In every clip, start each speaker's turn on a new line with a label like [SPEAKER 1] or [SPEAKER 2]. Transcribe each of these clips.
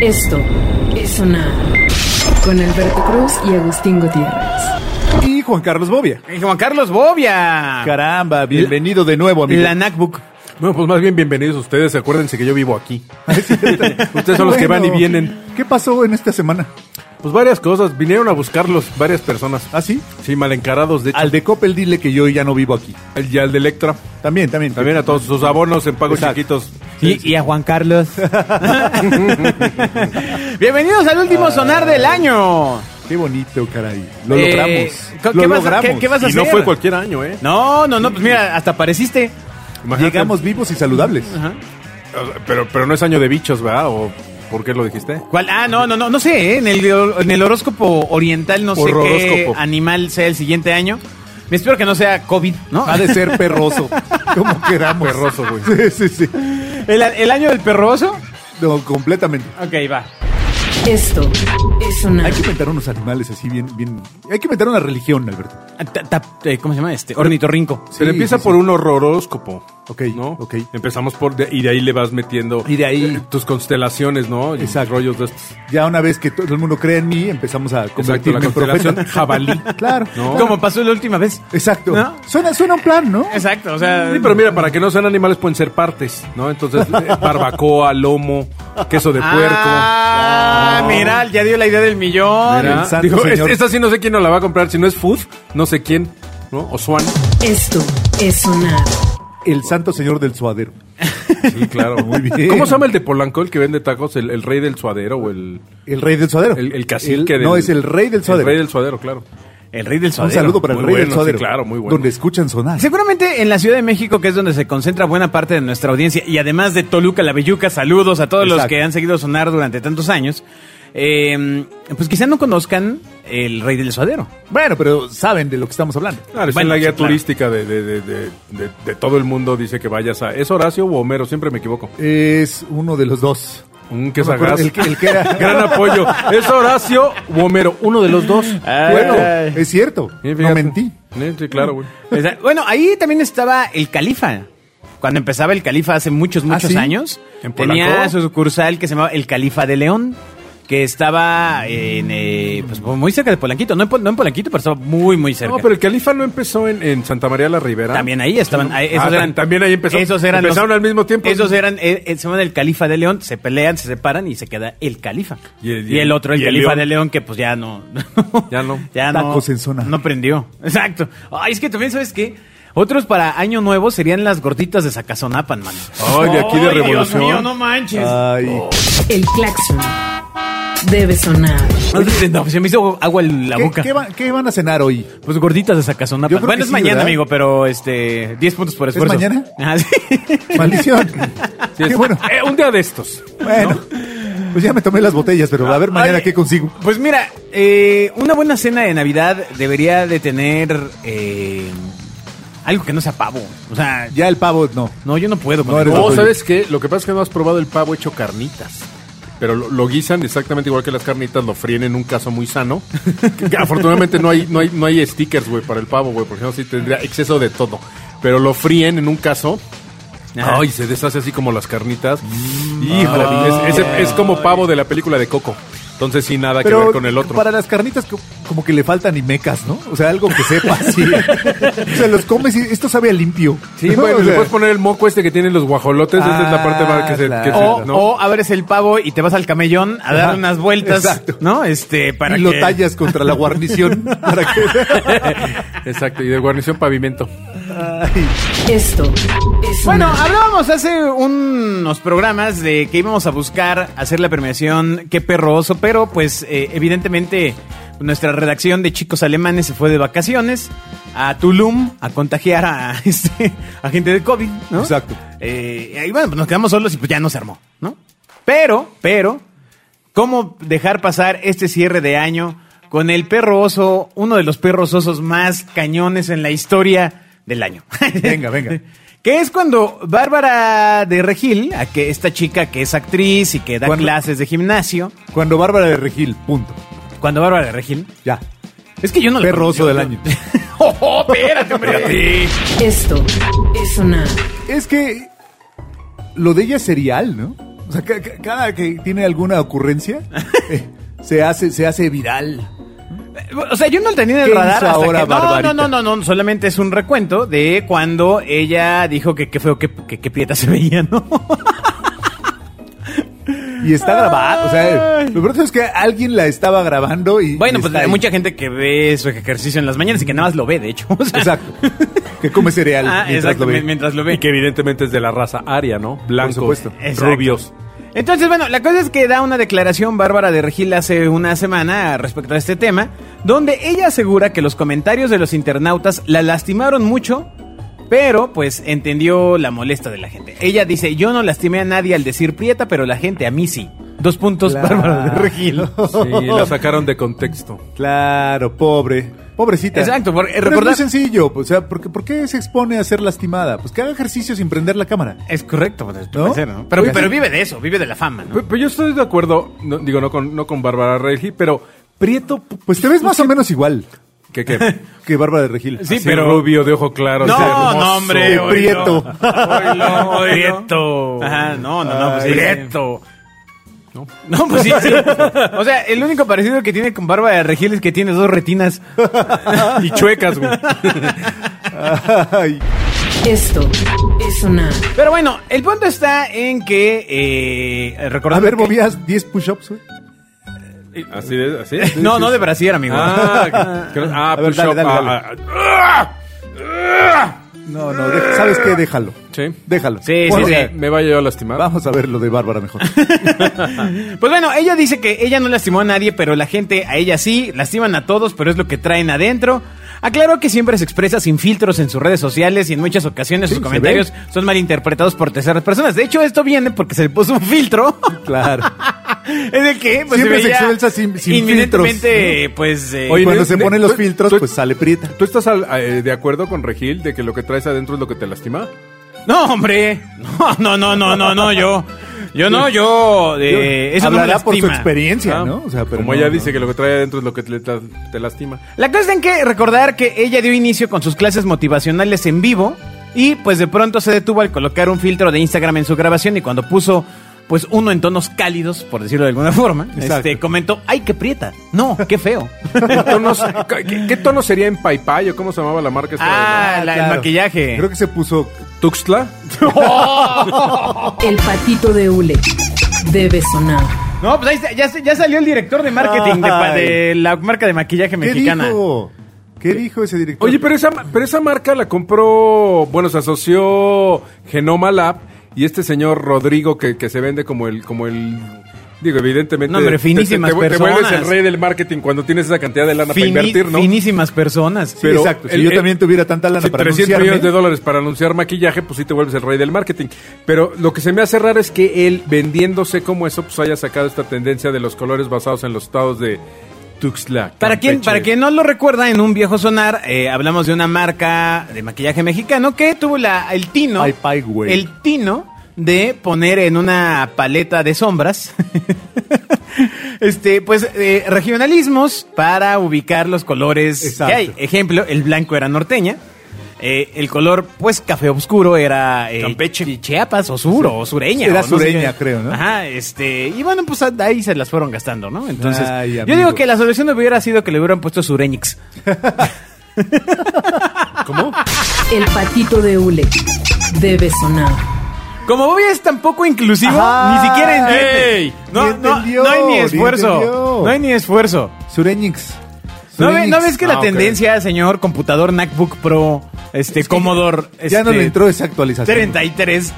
[SPEAKER 1] Esto es sonar con Alberto Cruz y Agustín Gutiérrez.
[SPEAKER 2] Y Juan Carlos Bobia.
[SPEAKER 3] Eh, Juan Carlos Bobia.
[SPEAKER 4] Caramba, bienvenido de nuevo, amigo.
[SPEAKER 3] La MacBook.
[SPEAKER 2] Bueno, pues más bien bienvenidos ustedes. Acuérdense que yo vivo aquí.
[SPEAKER 4] Ah,
[SPEAKER 2] Ustedes son los que van y
[SPEAKER 4] Bueno,
[SPEAKER 2] vienen.
[SPEAKER 4] ¿Qué pasó en esta semana?
[SPEAKER 2] Pues varias cosas. Vinieron a buscarlos varias personas.
[SPEAKER 4] ¿Ah, sí?
[SPEAKER 2] Sí, mal encarados. De hecho,
[SPEAKER 4] Al de Coppel dile que yo ya no vivo aquí.
[SPEAKER 2] El- y al de Electra.
[SPEAKER 4] También, también.
[SPEAKER 2] También a todos sus abonos en pagos
[SPEAKER 4] Exacto.
[SPEAKER 2] chiquitos.
[SPEAKER 5] Y, y a Juan Carlos.
[SPEAKER 3] Bienvenidos al último sonar del año.
[SPEAKER 4] Qué bonito, caray. Lo
[SPEAKER 3] Eh,
[SPEAKER 4] logramos.
[SPEAKER 3] ¿qué-
[SPEAKER 4] Lo
[SPEAKER 3] qué vas a-
[SPEAKER 4] logramos.
[SPEAKER 3] qué- qué vas a
[SPEAKER 2] Y no
[SPEAKER 3] hacer?
[SPEAKER 2] fue cualquier año, ¿eh?
[SPEAKER 3] No, no, no, pues mira, hasta pareciste.
[SPEAKER 2] Imagínate.
[SPEAKER 4] Llegamos vivos y saludables.
[SPEAKER 2] Pero, pero no es año de bichos, ¿verdad? ¿O por qué lo dijiste?
[SPEAKER 3] ¿Cuál? Ah, no, no, no, no sé, ¿eh? en, el, en el horóscopo oriental no sé qué
[SPEAKER 2] Horroróscopo.
[SPEAKER 3] animal sea el siguiente año. Me espero que no sea COVID, ¿no?
[SPEAKER 4] Ha de ser perroso. ¿Cómo quedamos?
[SPEAKER 2] Perroso, güey.
[SPEAKER 4] Sí, sí, sí.
[SPEAKER 3] ¿El, el año del perroso?
[SPEAKER 4] No, completamente.
[SPEAKER 3] Ok, va.
[SPEAKER 1] Esto es sonar
[SPEAKER 4] Hay que inventar unos animales así bien, bien. Hay que inventar una religión, Alberto.
[SPEAKER 3] Ah, ta- ta- eh, ¿Cómo se llama este? Ornitorrinco.
[SPEAKER 4] Sí,
[SPEAKER 2] Pero empieza
[SPEAKER 4] sí,
[SPEAKER 2] por
[SPEAKER 4] sí.
[SPEAKER 2] un horroróscopo.
[SPEAKER 4] Ok,
[SPEAKER 2] ¿no?
[SPEAKER 4] ok.
[SPEAKER 2] Empezamos por. de- y de ahí le vas metiendo.
[SPEAKER 4] Y de ahí-
[SPEAKER 2] eh, Tus constelaciones, ¿no? Y
[SPEAKER 4] Exacto.
[SPEAKER 2] rollos de estos.
[SPEAKER 4] Ya una vez que todo el mundo cree en mí, empezamos a
[SPEAKER 2] Exacto,
[SPEAKER 4] convertirme
[SPEAKER 2] la
[SPEAKER 4] en profeta.
[SPEAKER 2] constelación jabalí.
[SPEAKER 4] Claro.
[SPEAKER 2] ¿No?
[SPEAKER 3] Como pasó la última vez.
[SPEAKER 4] Exacto.
[SPEAKER 3] ¿No?
[SPEAKER 4] Suena, suena un plan, ¿no?
[SPEAKER 3] Exacto, o sea.
[SPEAKER 2] Sí, pero mira, para que no sean animales pueden ser partes, ¿no? Entonces, eh, barbacoa, lomo, queso de puerco.
[SPEAKER 3] Ah,
[SPEAKER 2] No.
[SPEAKER 3] mira, ya dio la idea del millón.
[SPEAKER 2] Mira,
[SPEAKER 4] el santo
[SPEAKER 2] digo, es-
[SPEAKER 4] señor.
[SPEAKER 2] esta sí no sé quién nos la va a comprar. Si no es Food, no sé quién, ¿no? O Swan.
[SPEAKER 1] Esto es sonar
[SPEAKER 4] El santo señor del suadero.
[SPEAKER 2] Sí, claro.
[SPEAKER 4] Muy bien.
[SPEAKER 2] ¿Cómo se llama el de Polanco, el que vende tacos? ¿El, el rey del suadero o el,
[SPEAKER 4] El rey del suadero.
[SPEAKER 2] el, el cacique?
[SPEAKER 4] El-
[SPEAKER 2] del-
[SPEAKER 4] No, es el rey del suadero.
[SPEAKER 2] El rey del suadero, claro.
[SPEAKER 3] El rey del
[SPEAKER 4] Un
[SPEAKER 3] suadero.
[SPEAKER 4] saludo para el
[SPEAKER 2] Muy
[SPEAKER 4] rey del
[SPEAKER 2] bueno, sí,
[SPEAKER 4] suadero.
[SPEAKER 2] claro, muy bueno.
[SPEAKER 4] Donde escuchan sonar.
[SPEAKER 3] Seguramente en la Ciudad de México, que es donde se concentra buena parte de nuestra audiencia, y además de Toluca, la Belluca, saludos a todos los
[SPEAKER 4] Exacto.
[SPEAKER 3] que han seguido sonar durante tantos años, eh, pues quizá no conozcan el rey del suadero.
[SPEAKER 4] Bueno, pero saben de lo que estamos hablando.
[SPEAKER 2] Claro, está
[SPEAKER 3] Bueno,
[SPEAKER 2] en la
[SPEAKER 3] sí,
[SPEAKER 2] Ah, guía
[SPEAKER 3] claro.
[SPEAKER 2] turística de, de- de- de- de- de todo el mundo. Dice que vayas a. ¿Es Horacio o Homero? Siempre me equivoco.
[SPEAKER 4] Es uno de los dos.
[SPEAKER 2] Un que
[SPEAKER 4] No me acuerdo,
[SPEAKER 2] sagaz.
[SPEAKER 4] el que- el que era-
[SPEAKER 2] Gran apoyo. Es Horacio o Homero. Uno de los dos.
[SPEAKER 4] Bueno, es cierto.
[SPEAKER 2] Sí, fíjate.
[SPEAKER 4] no mentí.
[SPEAKER 2] Sí, sí, claro, güey.
[SPEAKER 3] O sea, Bueno, ahí también estaba el califa. Cuando empezaba el califa hace muchos, muchos
[SPEAKER 4] sí?
[SPEAKER 3] años,
[SPEAKER 2] Ah, ¿En Polanco?
[SPEAKER 3] tenía su sucursal que se llamaba el califa de León, que estaba en, eh, pues, muy cerca de Polanquito. No en, Pol- no en Polanquito, pero estaba muy, muy
[SPEAKER 2] No,
[SPEAKER 3] cerca.
[SPEAKER 2] pero el califa no empezó en, en Santa María la Ribera.
[SPEAKER 3] También ahí estaban. ahí- esos
[SPEAKER 2] Ah,
[SPEAKER 3] eran,
[SPEAKER 2] también ahí empezó.
[SPEAKER 3] Esos eran
[SPEAKER 2] Empezaron al mismo tiempo.
[SPEAKER 3] Esos eran. eh, eh, se llama el califa de León. Se pelean, se separan y se queda el califa.
[SPEAKER 2] Y
[SPEAKER 3] Y
[SPEAKER 2] el-
[SPEAKER 3] el,
[SPEAKER 2] y el-
[SPEAKER 3] otro, el
[SPEAKER 2] y el
[SPEAKER 3] califa
[SPEAKER 2] León.
[SPEAKER 3] de León, que pues ya no.
[SPEAKER 2] Ya no.
[SPEAKER 3] ya no.
[SPEAKER 4] Tacos en zona.
[SPEAKER 3] No prendió. Exacto. Ay, es que también, ¿sabes qué? Otros para Año Nuevo serían las gorditas de Zacazonapan, man.
[SPEAKER 2] Ay, de aquí de
[SPEAKER 3] Dios
[SPEAKER 2] Revolución.
[SPEAKER 3] mío, no manches.
[SPEAKER 4] Ay,
[SPEAKER 1] El claxon debe sonar
[SPEAKER 3] No, se me hizo agua en la
[SPEAKER 4] ¿qué,
[SPEAKER 3] boca.
[SPEAKER 4] qué va- qué van a cenar hoy?
[SPEAKER 3] Pues gorditas de
[SPEAKER 4] Yo
[SPEAKER 3] Zacazonapan.
[SPEAKER 4] creo
[SPEAKER 3] Bueno,
[SPEAKER 4] que
[SPEAKER 3] es
[SPEAKER 4] sí,
[SPEAKER 3] mañana,
[SPEAKER 4] ¿verdad?
[SPEAKER 3] amigo, pero este. 10 puntos por esfuerzo.
[SPEAKER 4] mañana?
[SPEAKER 3] Ah, sí.
[SPEAKER 4] Maldición.
[SPEAKER 2] Sí,
[SPEAKER 4] Qué
[SPEAKER 2] es-
[SPEAKER 4] bueno.
[SPEAKER 2] Eh, un día de estos.
[SPEAKER 4] Bueno, pues ya me tomé las botellas, pero a
[SPEAKER 2] Ah,
[SPEAKER 4] ver mañana
[SPEAKER 3] Ay,
[SPEAKER 4] qué consigo.
[SPEAKER 3] Pues mira, eh, una buena cena de Navidad debería de tener eh, algo que no sea pavo. O sea,
[SPEAKER 4] Ya el pavo, no.
[SPEAKER 3] no, yo no puedo. con
[SPEAKER 4] No
[SPEAKER 3] el
[SPEAKER 4] eres
[SPEAKER 3] pavo.
[SPEAKER 2] No,
[SPEAKER 4] Oye.
[SPEAKER 2] ¿sabes qué? Lo que pasa es que no has probado el pavo hecho carnitas. Pero lo, lo guisan exactamente igual que las carnitas, lo fríen en un caso muy sano. Que- que afortunadamente no hay, no hay, no hay stickers, güey, para el pavo, güey, porque si no sí tendría exceso de todo. Pero lo fríen en un caso.
[SPEAKER 3] Ajá.
[SPEAKER 2] Ay, se deshace así como las carnitas.
[SPEAKER 4] Mm,
[SPEAKER 2] Híjole,
[SPEAKER 4] ah,
[SPEAKER 2] es, es- es como pavo de la película de Coco. Entonces sí, nada que ver con el otro.
[SPEAKER 4] para las carnitas co- como que le faltan y mecas, ¿no? O sea, algo que sepas. sí. o sea, los comes y esto sabe a limpio.
[SPEAKER 2] Sí,
[SPEAKER 4] ¿No?
[SPEAKER 2] bueno,
[SPEAKER 4] O
[SPEAKER 2] le
[SPEAKER 4] sea,
[SPEAKER 2] puedes poner el moco este que tienen los guajolotes. esa es la parte más que se.
[SPEAKER 4] Ah,
[SPEAKER 2] que se-
[SPEAKER 3] O,
[SPEAKER 2] ¿no?
[SPEAKER 3] o abres el pavo y te vas al camellón a dar
[SPEAKER 4] Ajá.
[SPEAKER 3] unas vueltas,
[SPEAKER 4] Exacto.
[SPEAKER 3] ¿no? Este, para
[SPEAKER 4] y lo
[SPEAKER 3] que-
[SPEAKER 4] tallas contra la guarnición para que...
[SPEAKER 2] Exacto, y de guarnición pavimento.
[SPEAKER 1] Esto es
[SPEAKER 3] Bueno,
[SPEAKER 1] sonar
[SPEAKER 3] hablábamos hace unos programas de que íbamos a buscar hacer la premiación Qué perro oso, pero pues eh, evidentemente nuestra redacción de chicos alemanes se fue de vacaciones a Tulum a contagiar a, este, a gente de COVID, ¿no?
[SPEAKER 4] Exacto.
[SPEAKER 3] Eh, y ahí, bueno, pues nos quedamos solos y pues ya no se armó, ¿no? Pero, pero, ¿cómo dejar pasar este cierre de año con el perro oso, uno de los perros osos más cañones en la historia del año?
[SPEAKER 4] Venga, venga.
[SPEAKER 3] Que es cuando Bárbara de Regil, a que esta chica que es actriz y que da
[SPEAKER 4] Cuando-
[SPEAKER 3] clases de gimnasio,
[SPEAKER 4] Cuando Bárbara de Regil, punto.
[SPEAKER 3] cuando Bárbara de Regil,
[SPEAKER 4] Ya.
[SPEAKER 3] es que yo no
[SPEAKER 4] Perro oso
[SPEAKER 3] yo-
[SPEAKER 4] del
[SPEAKER 3] yo-
[SPEAKER 4] año.
[SPEAKER 3] ¡Oh, oh, espérate, hombre!
[SPEAKER 1] Esto es sonar
[SPEAKER 4] Es que lo de ella es serial, ¿no? O sea, ca- ca- cada que tiene alguna ocurrencia, eh, se, hace, se hace viral.
[SPEAKER 3] O sea, yo no lo tenía en el
[SPEAKER 4] ¿Qué
[SPEAKER 3] radar
[SPEAKER 4] hizo
[SPEAKER 3] hasta
[SPEAKER 4] ahora
[SPEAKER 3] que- no,
[SPEAKER 4] Barbarita?
[SPEAKER 3] no, no, no, no, solamente es un recuento de cuando ella dijo que qué feo, que, que, que prieta se veía, ¿no?
[SPEAKER 4] Y está grabado. O sea, eh, lo pronto es que alguien la estaba grabando y.
[SPEAKER 3] Bueno,
[SPEAKER 4] y
[SPEAKER 3] pues
[SPEAKER 4] está
[SPEAKER 3] hay
[SPEAKER 4] ahí.
[SPEAKER 3] mucha gente que ve su ejercicio en las mañanas y que nada más lo ve, de hecho. O sea,
[SPEAKER 4] Exacto. Que come cereal
[SPEAKER 3] ah,
[SPEAKER 4] mientras
[SPEAKER 3] exacto,
[SPEAKER 4] lo ve.
[SPEAKER 3] mi- mientras lo ve.
[SPEAKER 2] Y que evidentemente es de la raza aria, ¿no? Blancos,
[SPEAKER 4] supuesto.
[SPEAKER 3] Exacto.
[SPEAKER 2] rubios.
[SPEAKER 3] Entonces, bueno, la cosa es que da una declaración Bárbara de Regil hace una semana respecto a este tema, donde ella asegura que los comentarios de los internautas la lastimaron mucho, pero pues entendió la molesta de la gente. Ella dice, yo no lastimé a nadie al decir prieta, pero la gente a mí sí. Dos puntos,
[SPEAKER 4] Claro.
[SPEAKER 3] Bárbara de Regil.
[SPEAKER 2] Sí, la sacaron de contexto.
[SPEAKER 4] Claro, pobre. Pobrecita.
[SPEAKER 3] Exacto, porque,
[SPEAKER 4] Pero
[SPEAKER 3] recordar-
[SPEAKER 4] es muy sencillo. pues, O sea, ¿por qué, por qué se expone a ser lastimada? Pues que haga ejercicio sin prender la cámara.
[SPEAKER 3] Es correcto, pues,
[SPEAKER 4] ¿No?
[SPEAKER 3] puede ser, ¿no? Pero,
[SPEAKER 4] Oye,
[SPEAKER 3] pero
[SPEAKER 4] sí.
[SPEAKER 3] vive de eso, vive de la fama, ¿no?
[SPEAKER 2] Pero, pero yo estoy de acuerdo, no- digo, no con, no con Bárbara Regil, pero Prieto...
[SPEAKER 4] Pues te ves más o menos igual
[SPEAKER 2] ¿Qué, qué?
[SPEAKER 4] que Bárbara de Regil.
[SPEAKER 3] Sí,
[SPEAKER 2] Así
[SPEAKER 3] pero-
[SPEAKER 2] rubio, de ojo claro.
[SPEAKER 3] No,
[SPEAKER 2] así hermoso.
[SPEAKER 3] no, hombre.
[SPEAKER 4] Qué
[SPEAKER 3] oílo.
[SPEAKER 4] prieto.
[SPEAKER 3] Oílo, oílo.
[SPEAKER 2] Prieto.
[SPEAKER 3] Ajá, no, no, no. Pues,
[SPEAKER 4] Ay,
[SPEAKER 3] sí,
[SPEAKER 2] Prieto.
[SPEAKER 3] No, pues sí, sí. O sea, el único parecido que tiene con Bárbara de Regil es que tiene dos retinas.
[SPEAKER 2] Y chuecas, güey.
[SPEAKER 4] Ay.
[SPEAKER 1] Esto es sonar
[SPEAKER 3] Pero bueno, el punto está en que... Eh,
[SPEAKER 4] A
[SPEAKER 3] recordando
[SPEAKER 4] ver,
[SPEAKER 3] que-
[SPEAKER 4] movías 10 push-ups, güey.
[SPEAKER 2] Así es, así es.
[SPEAKER 3] No, no de brasier, amigo.
[SPEAKER 2] Ah, creo- ah,
[SPEAKER 4] A ver,
[SPEAKER 2] push
[SPEAKER 4] dale,
[SPEAKER 2] up,
[SPEAKER 4] dale,
[SPEAKER 2] ah, ah, ah.
[SPEAKER 4] No, no, de- ¿sabes qué? Déjalo.
[SPEAKER 2] Sí.
[SPEAKER 4] Déjalo.
[SPEAKER 3] Sí, sí,
[SPEAKER 4] Ponle-
[SPEAKER 3] sí.
[SPEAKER 2] Me vaya yo a lastimar.
[SPEAKER 4] Vamos a ver lo de Bárbara mejor.
[SPEAKER 3] Pues bueno, ella dice que ella no lastimó a nadie, pero la gente a ella sí, lastiman a todos, pero es lo que traen adentro. Aclaró que siempre se expresa sin filtros en sus redes sociales y en muchas ocasiones
[SPEAKER 4] Sí,
[SPEAKER 3] sus
[SPEAKER 4] se
[SPEAKER 3] comentarios son malinterpretados por terceras personas. De hecho, esto viene porque se le puso un filtro.
[SPEAKER 4] Claro.
[SPEAKER 3] en el que pues,
[SPEAKER 4] Siempre
[SPEAKER 3] se,
[SPEAKER 4] se
[SPEAKER 3] veía
[SPEAKER 4] excelsa sin- sin
[SPEAKER 3] inminentemente, pues... eh,
[SPEAKER 4] Y
[SPEAKER 2] Oye,
[SPEAKER 4] cuando
[SPEAKER 2] ne-
[SPEAKER 4] se
[SPEAKER 2] ne-
[SPEAKER 4] ponen los
[SPEAKER 2] tú-
[SPEAKER 4] filtros,
[SPEAKER 2] tú-
[SPEAKER 4] pues sale prieta.
[SPEAKER 2] ¿Tú estás al- eh, de acuerdo con Regil de que lo que traes adentro es lo que te lastima?
[SPEAKER 3] No, hombre. No, no, no, no, no, no, yo. Yo no, yo. eh, eso no me
[SPEAKER 4] Hablará por su
[SPEAKER 3] lastima.
[SPEAKER 4] experiencia,
[SPEAKER 2] Ah,
[SPEAKER 4] ¿no? O sea, pero
[SPEAKER 2] como
[SPEAKER 4] no,
[SPEAKER 2] ella
[SPEAKER 4] no.
[SPEAKER 2] dice que lo que trae adentro es lo que te, te lastima.
[SPEAKER 3] La cosa es en que recordar que ella dio inicio con sus clases motivacionales en vivo y pues de pronto se detuvo al colocar un filtro de Instagram en su grabación y cuando puso pues uno en tonos cálidos, por decirlo de alguna forma,
[SPEAKER 4] Exacto.
[SPEAKER 3] este comentó, "Ay, qué prieta." No, qué feo.
[SPEAKER 2] ¿Qué, tonos- qué- qué tono sería en Pai Pai o cómo se llamaba la marca? esta?
[SPEAKER 3] Ah, la- el maquillaje.
[SPEAKER 4] Creo que se puso.
[SPEAKER 2] ¿Tuxtla?
[SPEAKER 1] El patito de hule debe sonar.
[SPEAKER 3] No, pues ahí está, ya, se- ya salió el director de marketing de, pa-
[SPEAKER 4] Ay.
[SPEAKER 3] de la marca de maquillaje
[SPEAKER 4] ¿Qué
[SPEAKER 3] mexicana.
[SPEAKER 4] dijo? ¿Qué dijo ese director?
[SPEAKER 2] Oye, pero esa, pero esa marca la compró, bueno, se asoció Genoma Lab y este señor Rodrigo que, que se vende como el, como el, digo, evidentemente.
[SPEAKER 3] No,
[SPEAKER 2] te-
[SPEAKER 3] hombre,
[SPEAKER 2] te-
[SPEAKER 3] finísimas
[SPEAKER 2] te, vu- te vuelves el
[SPEAKER 3] personas.
[SPEAKER 2] rey del marketing cuando tienes esa cantidad de lana para
[SPEAKER 3] Fini-
[SPEAKER 2] invertir, ¿no?
[SPEAKER 3] Finísimas personas.
[SPEAKER 4] Sí,
[SPEAKER 2] pero
[SPEAKER 4] exacto. Si
[SPEAKER 2] el-
[SPEAKER 4] yo
[SPEAKER 2] el-
[SPEAKER 4] también tuviera tanta lana
[SPEAKER 2] Sí,
[SPEAKER 4] para
[SPEAKER 2] 300 millones de
[SPEAKER 4] anunciarme,
[SPEAKER 2] dólares para anunciar maquillaje, pues sí te vuelves el rey del marketing. Pero lo que se me hace raro es que él, vendiéndose como eso, pues haya sacado esta tendencia de los colores basados en los estados de Tuxtla.
[SPEAKER 3] Para quien,
[SPEAKER 2] Campeche.
[SPEAKER 3] para quien no lo recuerda, en un viejo sonar eh, hablamos de una marca de maquillaje mexicano que tuvo la, el tino,
[SPEAKER 4] Ay, pay, güey.
[SPEAKER 3] el tino de poner en una paleta de sombras, este, pues eh, regionalismos para ubicar los colores
[SPEAKER 4] Exacto.
[SPEAKER 3] que hay. Ejemplo, el blanco era norteña. eh, el color, pues, café oscuro era eh, Chi- Chiapas o sur o sureña.
[SPEAKER 4] Era
[SPEAKER 3] o no sé qué.
[SPEAKER 4] sureña, creo, ¿no?
[SPEAKER 3] Ajá, este. Y bueno, pues ahí se las fueron gastando, ¿no? Entonces,
[SPEAKER 4] Ay,
[SPEAKER 3] yo
[SPEAKER 4] amigo.
[SPEAKER 3] digo que la solución hubiera sido que le hubieran puesto Sureñix.
[SPEAKER 2] ¿Cómo?
[SPEAKER 1] El patito de hule debe sonar.
[SPEAKER 3] Como Bobby es tan poco inclusivo,
[SPEAKER 4] Ajá.
[SPEAKER 3] ni siquiera entiende.
[SPEAKER 2] Ey,
[SPEAKER 3] no,
[SPEAKER 4] ni
[SPEAKER 3] no-
[SPEAKER 4] entendió,
[SPEAKER 3] no hay ni
[SPEAKER 4] ni
[SPEAKER 3] esfuerzo.
[SPEAKER 4] entendió.
[SPEAKER 3] no hay ni esfuerzo.
[SPEAKER 4] Sureñix.
[SPEAKER 3] ¿No, ve-
[SPEAKER 4] Sureñix.
[SPEAKER 3] no ves que
[SPEAKER 2] Ah,
[SPEAKER 3] la
[SPEAKER 2] ok.
[SPEAKER 3] tendencia, señor computador MacBook Pro, este Commodore,
[SPEAKER 4] Ya no
[SPEAKER 3] este,
[SPEAKER 4] le entró esa actualización.
[SPEAKER 3] 33?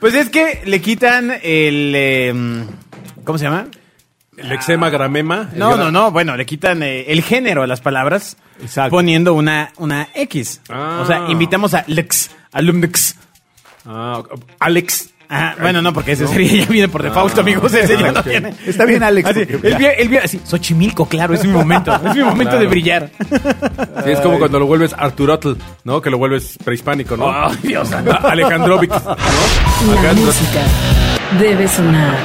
[SPEAKER 3] Pues es que le quitan el. eh, ¿Cómo se llama?
[SPEAKER 2] El eczema gramema. el
[SPEAKER 3] No,
[SPEAKER 2] gra-
[SPEAKER 3] no, no. Bueno, le quitan eh, el género a las palabras
[SPEAKER 4] Exacto.
[SPEAKER 3] poniendo una, una X.
[SPEAKER 2] Ah.
[SPEAKER 3] O sea, invitamos a Lex, alumnex.
[SPEAKER 2] Ah, ok. Alex.
[SPEAKER 3] Ah, bueno, no, porque ese sería ya viene por default, amigos. Ese ya no
[SPEAKER 2] ok.
[SPEAKER 3] viene.
[SPEAKER 4] Está bien, Alex,
[SPEAKER 3] Así,
[SPEAKER 4] porque
[SPEAKER 3] él vio, él vio- así, Xochimilco, claro, es mi momento. Es mi momento de
[SPEAKER 2] Claro.
[SPEAKER 3] brillar.
[SPEAKER 2] Sí, es como cuando lo vuelves Arturotl, ¿no? Que lo vuelves prehispánico, ¿no?
[SPEAKER 3] Dios
[SPEAKER 2] Alejandrovic. ¿no?
[SPEAKER 1] La
[SPEAKER 2] Acá-
[SPEAKER 1] música debe sonar.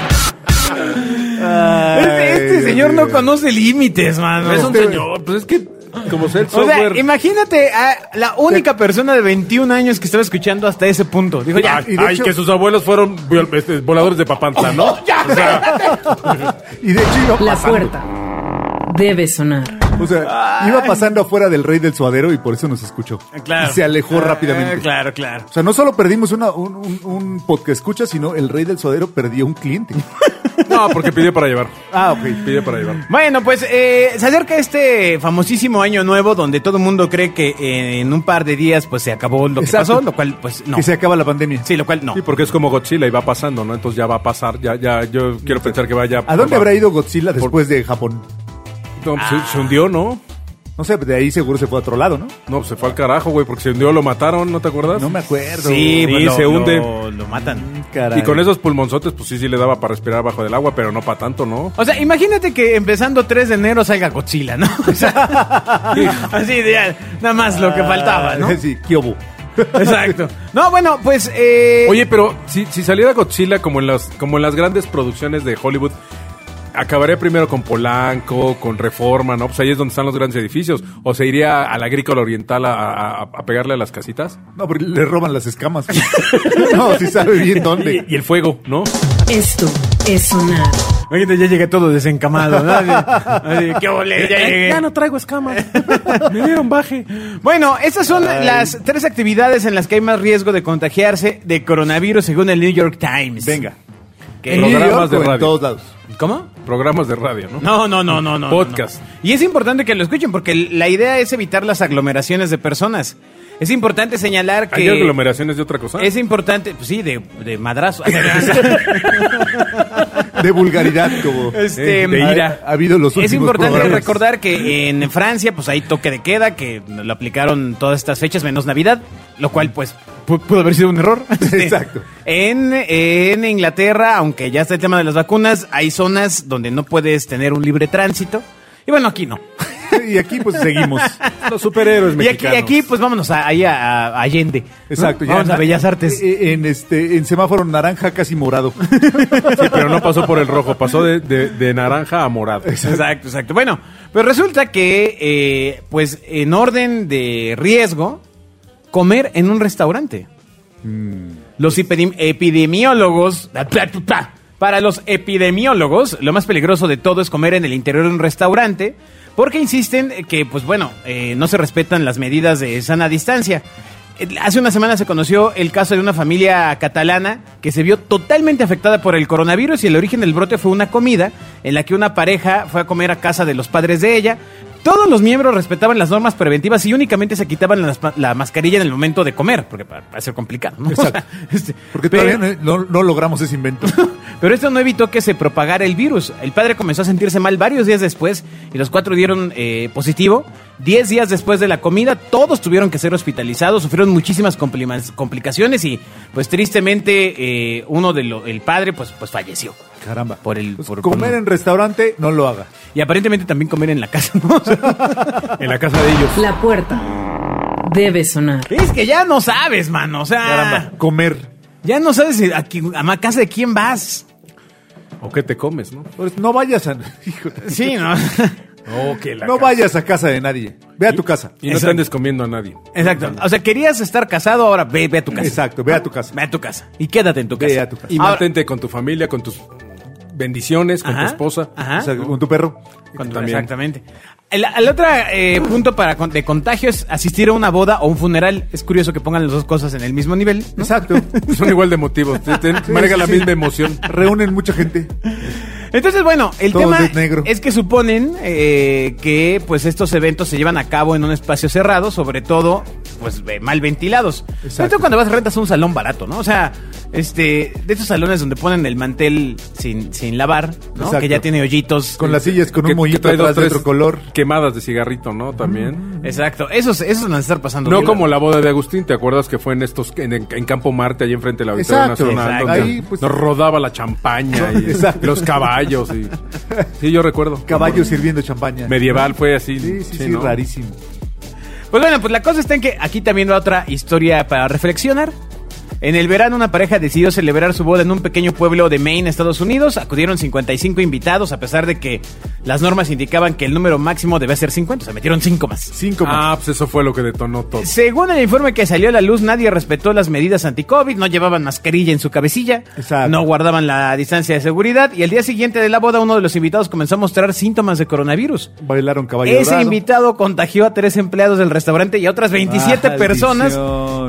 [SPEAKER 4] Ay,
[SPEAKER 3] Este, este
[SPEAKER 4] Dios
[SPEAKER 3] señor no
[SPEAKER 4] mío.
[SPEAKER 3] conoce límites, mano.
[SPEAKER 2] Es un señor, pues es que Este, como sea el
[SPEAKER 3] O sea,
[SPEAKER 2] software.
[SPEAKER 3] imagínate a la única persona de 21 años que estaba escuchando hasta ese punto. Dijo, ya,
[SPEAKER 2] Ay, ay, que sus abuelos fueron viol- este, voladores de Papantla, ¿no? O sea,
[SPEAKER 4] Y de hecho iba
[SPEAKER 1] La
[SPEAKER 4] pasando.
[SPEAKER 1] puerta debe sonar.
[SPEAKER 4] O sea, iba pasando afuera del rey del suadero y por eso nos escuchó.
[SPEAKER 3] Claro.
[SPEAKER 4] Y se alejó
[SPEAKER 3] Ah,
[SPEAKER 4] rápidamente.
[SPEAKER 3] Claro, claro.
[SPEAKER 4] O sea, no solo perdimos una, un, un, un podcast escucha, sino el rey del suadero perdió un cliente.
[SPEAKER 2] no, porque pidió para llevar.
[SPEAKER 4] Ah, ok.
[SPEAKER 2] Pide para llevar.
[SPEAKER 3] Bueno, pues eh, se acerca este famosísimo año nuevo donde todo el mundo cree que eh, en un par de días pues se acabó lo que
[SPEAKER 4] Exacto.
[SPEAKER 3] pasó, lo cual pues no.
[SPEAKER 4] Que se acaba la pandemia.
[SPEAKER 3] Sí, lo cual no.
[SPEAKER 2] Sí, porque es como Godzilla y va pasando, ¿no? Entonces ya va a pasar, ya, ya, yo quiero pensar que vaya.
[SPEAKER 4] ¿A dónde habrá ido Ah. Godzilla después de Japón?
[SPEAKER 2] No, pues, se, se hundió, ¿no?
[SPEAKER 4] No sé, de ahí seguro se fue a otro lado, ¿no?
[SPEAKER 2] No, pues se fue al carajo, güey, porque se hundió, lo mataron, ¿no te acuerdas?
[SPEAKER 4] No me acuerdo.
[SPEAKER 3] Sí,
[SPEAKER 2] Sí,
[SPEAKER 3] pues, lo-
[SPEAKER 2] se hunde.
[SPEAKER 3] Lo, lo matan.
[SPEAKER 4] Caray.
[SPEAKER 2] y con esos pulmonzotes, pues sí, sí le daba para respirar bajo del agua, pero no para tanto, ¿no?
[SPEAKER 3] O sea, imagínate que empezando 3 de enero salga Godzilla, ¿no? O sea, así ideal. Nada más lo que faltaba, ¿no?
[SPEAKER 4] Sí, ¿qué hubo?
[SPEAKER 3] Exacto. No, bueno, pues... Eh,
[SPEAKER 2] Oye, pero si, si saliera Godzilla como en, las, como en las grandes producciones de Hollywood, acabaría primero con Polanco, con Reforma, ¿no? Pues ahí es donde están los grandes edificios. O se iría al agrícola oriental a, a- a pegarle a las casitas.
[SPEAKER 4] No, porque le roban las escamas. no, si sabe bien dónde.
[SPEAKER 2] Y, y el fuego, ¿no?
[SPEAKER 1] Esto es sonar.
[SPEAKER 3] Imagínate, ya llegué todo desencamado, ¿no? Así- así, ¿Qué ole? Ya llegué.
[SPEAKER 2] Eh, no traigo escamas. Me dieron baje.
[SPEAKER 3] Bueno, estas son las tres actividades en las que hay más riesgo de contagiarse de coronavirus según el New York Times.
[SPEAKER 4] Venga.
[SPEAKER 3] ¿Qué?
[SPEAKER 4] En New
[SPEAKER 2] Programas
[SPEAKER 4] York
[SPEAKER 2] de
[SPEAKER 4] o en
[SPEAKER 2] radio.
[SPEAKER 4] todos lados.
[SPEAKER 3] ¿Cómo?
[SPEAKER 2] Programas de radio, ¿no?
[SPEAKER 3] No, no, no, no, no.
[SPEAKER 2] Podcast.
[SPEAKER 3] no, no. Y es importante que lo escuchen porque la idea es evitar las aglomeraciones de personas. Es importante señalar
[SPEAKER 2] Hay
[SPEAKER 3] que...
[SPEAKER 2] aglomeraciones de otra cosa.
[SPEAKER 3] Es importante, pues sí, de, de madrazo.
[SPEAKER 4] De vulgaridad, como. eh,
[SPEAKER 3] Este,
[SPEAKER 2] de ira.
[SPEAKER 4] Ha, ha habido los últimos
[SPEAKER 3] Es importante
[SPEAKER 4] programas.
[SPEAKER 3] recordar que en Francia, pues hay toque de queda, que lo aplicaron todas estas fechas, menos Navidad, lo cual, pues, pu- pudo haber sido un error. Este,
[SPEAKER 4] Exacto.
[SPEAKER 3] En, en Inglaterra, aunque ya está el tema de las vacunas, hay zonas donde no puedes tener un libre tránsito. Y bueno, aquí no.
[SPEAKER 4] Y aquí, pues seguimos.
[SPEAKER 2] Los superhéroes
[SPEAKER 3] Y aquí,
[SPEAKER 2] mexicanos.
[SPEAKER 3] y aquí, pues vámonos a, ahí a, a Allende.
[SPEAKER 4] Exacto.
[SPEAKER 3] Vamos a Bellas Artes.
[SPEAKER 4] En, en este, en semáforo naranja, casi morado.
[SPEAKER 2] Sí, pero no pasó por el rojo, pasó de, de- de naranja a morado.
[SPEAKER 3] Exacto, exacto. Bueno, pues resulta que, eh, pues en orden de riesgo, comer en un restaurante. Los epidem- epidemiólogos... Para los epidemiólogos, lo más peligroso de todo es comer en el interior de un restaurante, porque insisten que, pues bueno, eh, no se respetan las medidas de sana distancia. Eh, Hace una semana se conoció el caso de una familia catalana que se vio totalmente afectada por el coronavirus y el origen del brote fue una comida en la que una pareja fue a comer a casa de los padres de ella. Todos los miembros respetaban las normas preventivas y únicamente se quitaban las pa- la, mascarilla en el momento de comer, porque para, para ser complicado, ¿no?
[SPEAKER 4] Exacto.
[SPEAKER 3] Este,
[SPEAKER 4] Porque
[SPEAKER 3] pero-
[SPEAKER 4] todavía no, no- no logramos ese invento.
[SPEAKER 3] pero esto no evitó que se propagara el virus. El padre comenzó a sentirse mal varios días después y los cuatro dieron eh, positivo. Diez días después de la comida, todos tuvieron que ser hospitalizados, sufrieron muchísimas complimas- complicaciones y, pues tristemente, eh, uno de lo- el padre, pues, pues falleció.
[SPEAKER 4] Caramba.
[SPEAKER 3] Por el-
[SPEAKER 4] Pues,
[SPEAKER 3] por-
[SPEAKER 4] comer
[SPEAKER 3] por-
[SPEAKER 4] en restaurante, no lo haga.
[SPEAKER 3] Y aparentemente también comer en la casa, ¿no? O sea,
[SPEAKER 2] En la casa de ellos.
[SPEAKER 1] La puerta debe sonar.
[SPEAKER 3] es que ya no sabes, mano. O sea,
[SPEAKER 4] Caramba. Ah. Comer.
[SPEAKER 3] ya no sabes a, quién- a ma- casa de quién vas.
[SPEAKER 2] ¿O qué te comes, no?
[SPEAKER 4] Pues, no vayas a. híjole.
[SPEAKER 3] Sí, ¿no?
[SPEAKER 2] No, que la
[SPEAKER 4] no
[SPEAKER 2] casa.
[SPEAKER 4] vayas a casa de nadie. Ve a tu casa.
[SPEAKER 2] Y no te andes comiendo a nadie.
[SPEAKER 3] Exacto. O sea, querías estar casado, ahora ve, ve a tu casa.
[SPEAKER 4] Exacto, ve a tu casa.
[SPEAKER 3] Ve a tu casa. Y quédate en tu
[SPEAKER 4] Ve
[SPEAKER 3] casa.
[SPEAKER 4] a tu casa.
[SPEAKER 2] Y
[SPEAKER 3] Ahora-
[SPEAKER 2] mantente con tu familia, con tus bendiciones, con
[SPEAKER 3] Ajá,
[SPEAKER 2] tu esposa.
[SPEAKER 3] ajá.
[SPEAKER 4] O sea, con tu perro.
[SPEAKER 3] Con tu-
[SPEAKER 2] También.
[SPEAKER 3] Exactamente. El, el otro eh, punto para con- de contagio es asistir a una boda o un funeral. Es curioso que pongan las dos cosas en el mismo nivel. ¿no?
[SPEAKER 4] Exacto.
[SPEAKER 2] Son igual de motivos. Te, te- marca la
[SPEAKER 4] sí.
[SPEAKER 2] misma emoción.
[SPEAKER 4] Reúnen mucha gente.
[SPEAKER 3] Entonces, bueno, el
[SPEAKER 4] Todos
[SPEAKER 3] tema
[SPEAKER 4] de negro.
[SPEAKER 3] es que suponen eh, que pues estos eventos se llevan a cabo en un espacio cerrado, sobre todo pues ve- mal ventilados. Sobre todo cuando vas rentas un salón barato, ¿no? O sea, este de esos salones donde ponen el mantel sin, sin lavar, ¿no?
[SPEAKER 4] Exacto.
[SPEAKER 3] Que ya tiene hoyitos.
[SPEAKER 4] Con las sillas con
[SPEAKER 2] Que-
[SPEAKER 4] un
[SPEAKER 2] que
[SPEAKER 4] mollito
[SPEAKER 2] trae dos,
[SPEAKER 4] atrás de
[SPEAKER 2] tres
[SPEAKER 4] otro color. Mm.
[SPEAKER 2] Quemadas de cigarrito, ¿no? También.
[SPEAKER 3] Exacto, esos, esos van a estar pasando.
[SPEAKER 2] No
[SPEAKER 3] bien.
[SPEAKER 2] como la boda de Agustín, ¿te acuerdas que fue en estos en, en- en Campo Marte, ahí enfrente de la Auditorio
[SPEAKER 4] Exacto,
[SPEAKER 2] Nacional?
[SPEAKER 3] exacto.
[SPEAKER 2] donde
[SPEAKER 4] Ahí, pues-
[SPEAKER 2] nos rodaba la champaña y
[SPEAKER 4] Exacto.
[SPEAKER 2] los caballos. Y, sí, yo recuerdo.
[SPEAKER 4] Caballos sirviendo champaña.
[SPEAKER 2] Medieval fue así.
[SPEAKER 4] Sí, sí, sí,
[SPEAKER 2] ¿no?
[SPEAKER 4] rarísimo.
[SPEAKER 3] Pues bueno, pues la cosa está en que aquí también va otra historia para reflexionar. En el verano, una pareja decidió celebrar su boda en un pequeño pueblo de Maine, Estados Unidos. Acudieron 55 invitados, a pesar de que las normas indicaban que el número máximo debía ser 50. Se metieron 5 más.
[SPEAKER 2] Cinco más. Ah, pues eso fue lo que detonó todo.
[SPEAKER 3] Según el informe que salió a la luz, nadie respetó las medidas anti-COVID, no llevaban mascarilla en su cabecilla,
[SPEAKER 4] Exacto.
[SPEAKER 3] no guardaban la distancia de seguridad y el día siguiente de la boda uno de los invitados comenzó a mostrar síntomas de coronavirus.
[SPEAKER 4] Bailaron caballo
[SPEAKER 3] Ese
[SPEAKER 4] dorado.
[SPEAKER 3] invitado contagió a tres empleados del restaurante y a otras 27
[SPEAKER 4] Maldición.
[SPEAKER 3] personas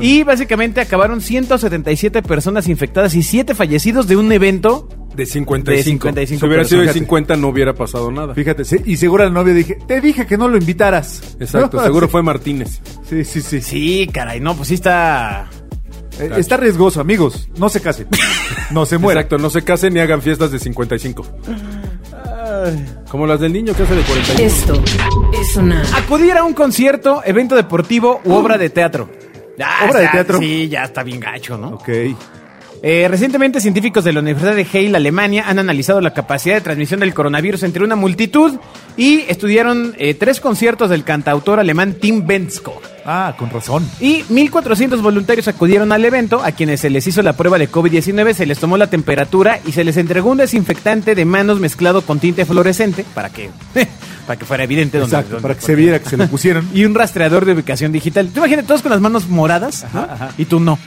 [SPEAKER 3] y básicamente acabaron 177 personas infectadas y 7 fallecidos de un evento.
[SPEAKER 2] De 55.
[SPEAKER 3] De 55
[SPEAKER 2] si hubiera sido de
[SPEAKER 4] personas.
[SPEAKER 2] 50 no hubiera pasado nada.
[SPEAKER 4] Fíjate, se- y seguro la novia dije, te dije que no lo invitaras.
[SPEAKER 2] Exacto,
[SPEAKER 4] No,
[SPEAKER 2] seguro
[SPEAKER 4] sí.
[SPEAKER 2] fue Martínez.
[SPEAKER 4] Sí, sí, sí.
[SPEAKER 3] Sí, caray, no, pues sí está...
[SPEAKER 4] Eh, está riesgoso, amigos. No se casen. No se mueran.
[SPEAKER 2] Exacto, no se casen ni hagan fiestas de 55. Como las del niño que hace de 41.
[SPEAKER 1] Esto es sonar.
[SPEAKER 3] Acudir a un concierto, evento deportivo u obra de teatro. Uh. Ya
[SPEAKER 4] Obra de
[SPEAKER 3] está-
[SPEAKER 4] teatro.
[SPEAKER 3] Sí, ya está bien gacho, ¿no?
[SPEAKER 4] Ok.
[SPEAKER 3] Eh, recientemente, científicos de la Universidad de Yale, Alemania, han analizado la capacidad de transmisión del coronavirus entre una multitud y estudiaron eh, tres conciertos del cantautor alemán Tim Bensko.
[SPEAKER 4] Ah, con razón.
[SPEAKER 3] Y 1.400 voluntarios acudieron al evento, a quienes se les hizo la prueba de COVID-19, se les tomó la temperatura y se les entregó un desinfectante de manos mezclado con tinte fluorescente para que, para que fuera evidente dónde-
[SPEAKER 4] Exacto,
[SPEAKER 3] dónde-
[SPEAKER 4] para que se viera que se lo pusieron.
[SPEAKER 3] Y un rastreador de ubicación digital. ¿Te imaginas todos con las manos moradas? ¿no? Y tú no.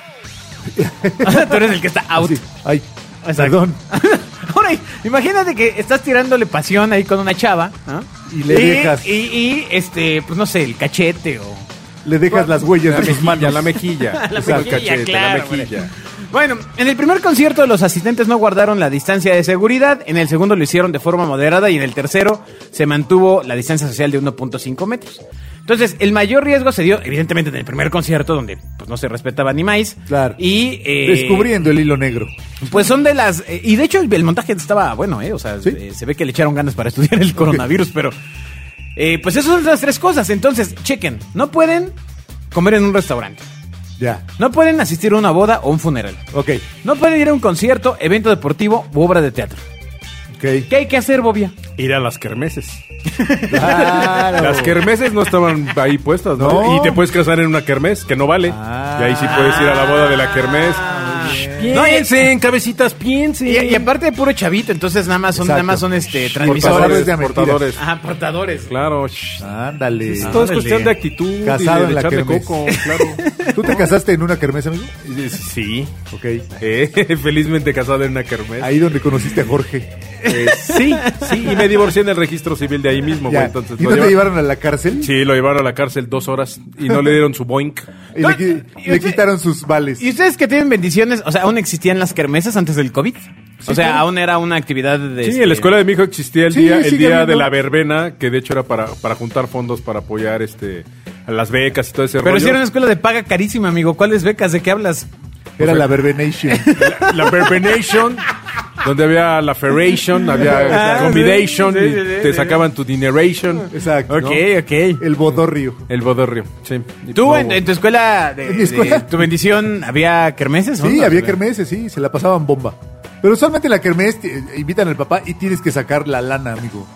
[SPEAKER 3] tú eres el que está out.
[SPEAKER 4] Sí. Ay,
[SPEAKER 3] Exacto.
[SPEAKER 4] perdón.
[SPEAKER 3] Ahora, imagínate que estás tirándole pasión ahí con una chava, ¿no?
[SPEAKER 4] Y le dejas.
[SPEAKER 3] Y, y, este, pues no sé, el cachete o.
[SPEAKER 4] Le dejas las huellas de tus manos.
[SPEAKER 2] mejilla, la mejilla.
[SPEAKER 3] La
[SPEAKER 2] O sea, el
[SPEAKER 3] mejilla,
[SPEAKER 2] cachete,
[SPEAKER 3] claro,
[SPEAKER 2] la mejilla.
[SPEAKER 3] Bueno, en el primer concierto los asistentes no guardaron la distancia de seguridad, en el segundo lo hicieron de forma moderada y en el tercero se mantuvo la distancia social de 1.5 metros. Entonces, el mayor riesgo se dio, evidentemente, en el primer concierto, donde pues, no se respetaba ni más.
[SPEAKER 4] Claro.
[SPEAKER 3] Y, eh,
[SPEAKER 4] Descubriendo el hilo negro.
[SPEAKER 3] Pues son de las. eh, y de hecho, el, el montaje estaba bueno, ¿eh? O sea,
[SPEAKER 4] ¿Sí?
[SPEAKER 3] eh, se ve que le echaron ganas para estudiar el coronavirus, pero. eh, pues esas son las tres cosas. Entonces, chequen. No pueden comer en un restaurante.
[SPEAKER 4] Ya.
[SPEAKER 3] No pueden asistir a una boda o un funeral.
[SPEAKER 4] Ok,
[SPEAKER 3] No pueden ir a un concierto, evento deportivo u obra de teatro.
[SPEAKER 4] ok.
[SPEAKER 3] ¿Qué hay que hacer, Bobia?
[SPEAKER 2] Ir a las kermeses.
[SPEAKER 4] Claro.
[SPEAKER 2] Las kermeses no estaban ahí puestas, ¿no?
[SPEAKER 4] No.
[SPEAKER 2] Y te puedes casar en una kermés, que no vale.
[SPEAKER 4] Ah.
[SPEAKER 2] y ahí sí puedes ir a la boda de la kermés.
[SPEAKER 3] Ah, bien.
[SPEAKER 2] Piensen, cabecitas, piensen.
[SPEAKER 3] Y, y aparte de puro chavito, entonces nada más son, nada
[SPEAKER 4] Exacto.
[SPEAKER 3] más son este,
[SPEAKER 4] Portadores
[SPEAKER 3] transmisores.
[SPEAKER 4] de mentiras.
[SPEAKER 2] portadores.
[SPEAKER 3] Ajá, portadores.
[SPEAKER 2] Claro. shh.
[SPEAKER 4] Ándale.
[SPEAKER 2] Es Todo es
[SPEAKER 3] Ándale.
[SPEAKER 2] cuestión de actitud.
[SPEAKER 4] Casado
[SPEAKER 2] y de,
[SPEAKER 4] en la
[SPEAKER 2] echarle
[SPEAKER 4] kermés.
[SPEAKER 2] coco, claro.
[SPEAKER 4] ¿Tú te casaste en una kermés, amigo?
[SPEAKER 2] Sí.
[SPEAKER 4] Ok.
[SPEAKER 2] Eh, felizmente casado en una kermés.
[SPEAKER 4] Ahí donde conociste a Jorge.
[SPEAKER 2] Eh, sí, sí, y me divorcié en el registro civil de ahí mismo, güey.
[SPEAKER 4] Ya.
[SPEAKER 2] Entonces,
[SPEAKER 4] ¿Y
[SPEAKER 2] lo
[SPEAKER 4] no te
[SPEAKER 2] lleva-
[SPEAKER 4] llevaron a la cárcel?
[SPEAKER 2] Sí, lo llevaron a la cárcel dos horas y no le dieron su boink.
[SPEAKER 4] Y le, qui-
[SPEAKER 3] No, y
[SPEAKER 4] le
[SPEAKER 3] usted-
[SPEAKER 4] quitaron sus vales.
[SPEAKER 3] ¿Y ustedes que tienen bendiciones? O sea, ¿aún existían las kermeses antes del COVID? o sea, aún era una actividad de...
[SPEAKER 2] Sí,
[SPEAKER 3] este,
[SPEAKER 2] en la escuela de mi hijo existía el
[SPEAKER 4] Sí,
[SPEAKER 2] día, el
[SPEAKER 4] sigue
[SPEAKER 2] día
[SPEAKER 4] habiendo.
[SPEAKER 2] de la verbena, que de hecho era para, para juntar fondos para apoyar este a las becas y todo ese
[SPEAKER 3] Pero
[SPEAKER 2] rollo.
[SPEAKER 3] si era una escuela de paga carísima, amigo. ¿Cuáles becas? ¿De qué hablas?
[SPEAKER 4] Era la verbenation.
[SPEAKER 2] La verbenation, donde había la ferration, había
[SPEAKER 3] Ah,
[SPEAKER 2] combination,
[SPEAKER 3] sí, sí, sí,
[SPEAKER 2] y
[SPEAKER 3] sí,
[SPEAKER 2] te
[SPEAKER 3] sí.
[SPEAKER 2] sacaban tu dineration.
[SPEAKER 4] Exacto.
[SPEAKER 3] Ok,
[SPEAKER 4] ¿no?
[SPEAKER 3] ok.
[SPEAKER 4] El bodorrio.
[SPEAKER 2] El bodorrio, sí. Y
[SPEAKER 3] ¿Tú
[SPEAKER 2] pues,
[SPEAKER 3] en, en tu escuela de,
[SPEAKER 4] ¿En mi escuela?
[SPEAKER 3] de tu bendición había kermeses?
[SPEAKER 4] Sí,
[SPEAKER 3] ¿no?
[SPEAKER 4] había kermeses, sí, se la pasaban bomba. Pero usualmente en la kermés te- eh, invitan al papá y tienes que sacar la lana, amigo.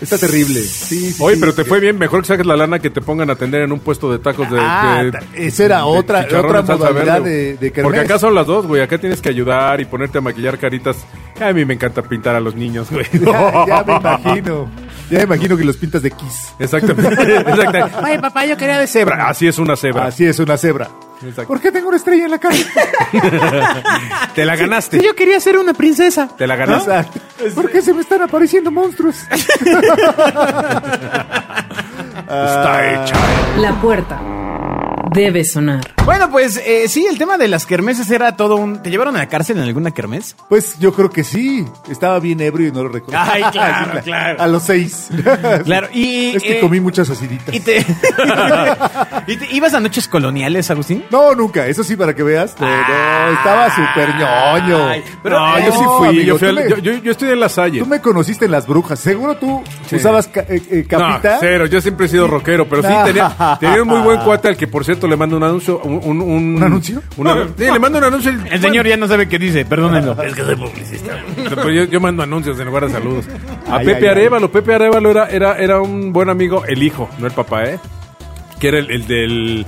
[SPEAKER 4] Está terrible. Sí, sí,
[SPEAKER 2] Oye,
[SPEAKER 4] sí.
[SPEAKER 2] pero te fue bien, mejor que saques la lana que te pongan a atender en un puesto de tacos de...
[SPEAKER 4] Ah,
[SPEAKER 2] de-
[SPEAKER 4] ta- esa era
[SPEAKER 2] de
[SPEAKER 4] otra-
[SPEAKER 2] chicharrón
[SPEAKER 4] otra
[SPEAKER 2] en salsa
[SPEAKER 4] modalidad
[SPEAKER 2] verde.
[SPEAKER 4] de- de kermés.
[SPEAKER 2] Porque acá son las dos, güey, acá tienes que ayudar y ponerte a maquillar caritas. A mí me encanta pintar a los niños, güey.
[SPEAKER 4] Ya, ya me imagino. Ya me imagino que los pintas de Kiss.
[SPEAKER 2] Exactamente. Exactamente. Ay, papá, yo quería de cebra. Así es una cebra.
[SPEAKER 4] Así es, una cebra.
[SPEAKER 2] Exacto.
[SPEAKER 4] ¿Por qué tengo una estrella en la cara?
[SPEAKER 2] Te la
[SPEAKER 4] Pues
[SPEAKER 2] ganaste.
[SPEAKER 3] yo quería ser una princesa.
[SPEAKER 2] Te la ganaste.
[SPEAKER 4] Exacto. ¿Por qué se me están apareciendo monstruos?
[SPEAKER 2] Está hecha.
[SPEAKER 1] La puerta debe sonar.
[SPEAKER 3] Bueno, pues eh, sí, el tema de las kermeses era todo un... ¿Te llevaron a la cárcel en alguna kermes?
[SPEAKER 4] Pues yo creo que sí. Estaba bien ebrio y no lo recuerdo.
[SPEAKER 3] Ay, claro,
[SPEAKER 4] Sí,
[SPEAKER 3] claro.
[SPEAKER 4] A los seis.
[SPEAKER 3] Claro, y...
[SPEAKER 4] Es que
[SPEAKER 3] eh,
[SPEAKER 4] comí muchas aciditas.
[SPEAKER 3] Y te, ¿Y te- ¿Ibas a noches coloniales, Agustín?
[SPEAKER 4] No, nunca. Eso sí, para que veas. No, no, estaba súper
[SPEAKER 3] Ah. Ay,
[SPEAKER 4] ñoño.
[SPEAKER 3] pero-
[SPEAKER 2] No,
[SPEAKER 3] No,
[SPEAKER 2] yo sí fui.
[SPEAKER 4] amigo,
[SPEAKER 2] yo, fui
[SPEAKER 4] tú
[SPEAKER 2] al-
[SPEAKER 4] me-
[SPEAKER 2] yo, yo, yo estudié en La Salle.
[SPEAKER 4] Tú me conociste en las brujas. Seguro tú usabas ca- eh, eh, capita. Ah.
[SPEAKER 2] No, cero. Yo siempre he sido rockero, pero sí tenía, tenía un muy buen cuate al que, por cierto, le mando un anuncio. ¿Un, un, un,
[SPEAKER 4] ¿Un anuncio?
[SPEAKER 2] una- sí, le mando un anuncio. y-
[SPEAKER 3] El señor ya no sabe qué dice, perdónenlo.
[SPEAKER 2] Pero yo, yo mando anuncios en lugar de saludos. A
[SPEAKER 4] Ay, ay,
[SPEAKER 2] Pepe
[SPEAKER 4] ay.
[SPEAKER 2] Arevalo. Pepe Arevalo era, era, era un buen amigo, el hijo, no el papá, ¿eh? Que era el, el del.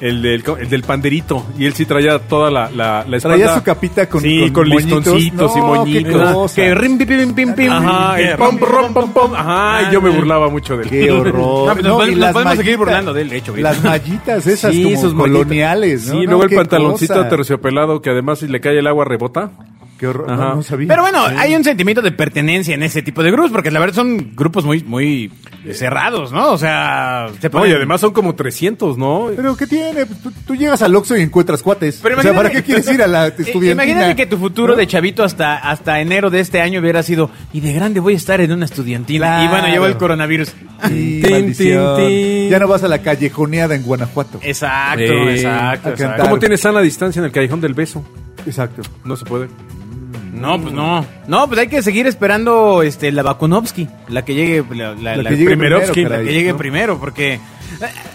[SPEAKER 2] el del, el del panderito. Y él sí traía toda la, la, la espalda.
[SPEAKER 4] Traía su capita con,
[SPEAKER 2] Sí, con
[SPEAKER 4] moñitos.
[SPEAKER 2] listoncitos y
[SPEAKER 4] No, qué
[SPEAKER 2] moñitos.
[SPEAKER 4] cosa.
[SPEAKER 3] Que rim, pim, pim, pim, pim.
[SPEAKER 2] Ajá, el pam, pam, pam, pam. Ajá, y yo me burlaba mucho de él.
[SPEAKER 4] Ah, Qué horror.
[SPEAKER 3] No, pues nos podemos-
[SPEAKER 4] y
[SPEAKER 3] nos
[SPEAKER 4] las
[SPEAKER 3] podemos seguir
[SPEAKER 4] mallitas-
[SPEAKER 3] burlando de él, de hecho, güey.
[SPEAKER 4] Las mallitas esas
[SPEAKER 3] Sí,
[SPEAKER 4] como
[SPEAKER 3] sus mallitas.
[SPEAKER 4] coloniales, Pues, ¿no?
[SPEAKER 2] Sí,
[SPEAKER 4] No,
[SPEAKER 2] luego el
[SPEAKER 4] qué
[SPEAKER 2] pantaloncito
[SPEAKER 4] cosa.
[SPEAKER 2] terciopelado que además si le cae el agua rebota.
[SPEAKER 4] Qué horror. No,
[SPEAKER 2] Ajá.
[SPEAKER 4] no sabía.
[SPEAKER 3] Pero bueno, hay un sentimiento de pertenencia en ese tipo de grupos, porque la verdad son grupos muy, muy cerrados, ¿no? O sea, se
[SPEAKER 2] No, y
[SPEAKER 3] ponen-
[SPEAKER 2] además son como 300, ¿no?
[SPEAKER 4] Pero ¿qué tiene? Pues Tú, tú llegas al Oxxo y encuentras cuates.
[SPEAKER 3] Pero
[SPEAKER 4] o sea, ¿para
[SPEAKER 3] imagínate-
[SPEAKER 4] qué quieres ir a la
[SPEAKER 3] Eh,
[SPEAKER 4] estudiantina?
[SPEAKER 3] Imagínate que tu futuro
[SPEAKER 4] ¿No?
[SPEAKER 3] de chavito hasta, hasta enero de este año hubiera sido, y de grande voy a estar en una estudiantina.
[SPEAKER 4] Claro.
[SPEAKER 3] Y bueno, llegó el coronavirus.
[SPEAKER 4] Sí,
[SPEAKER 2] Tin,
[SPEAKER 4] maldición.
[SPEAKER 2] tin, tin.
[SPEAKER 4] Ya no vas a la callejoneada en Guanajuato.
[SPEAKER 3] Exacto,
[SPEAKER 2] Eh,
[SPEAKER 3] exacto,
[SPEAKER 4] a
[SPEAKER 3] exacto.
[SPEAKER 4] cantar.
[SPEAKER 2] ¿Cómo tienes sana distancia en el callejón del beso?
[SPEAKER 4] Exacto.
[SPEAKER 2] No se puede.
[SPEAKER 3] No, pues no. No, pues hay que seguir esperando este, la Vakunovsky, la que llegue, la, la-
[SPEAKER 4] La
[SPEAKER 3] la
[SPEAKER 4] que llegue
[SPEAKER 3] Primerovsky,
[SPEAKER 4] primero,
[SPEAKER 3] la
[SPEAKER 4] caray,
[SPEAKER 3] que llegue
[SPEAKER 4] ¿no?
[SPEAKER 3] primero, porque eh,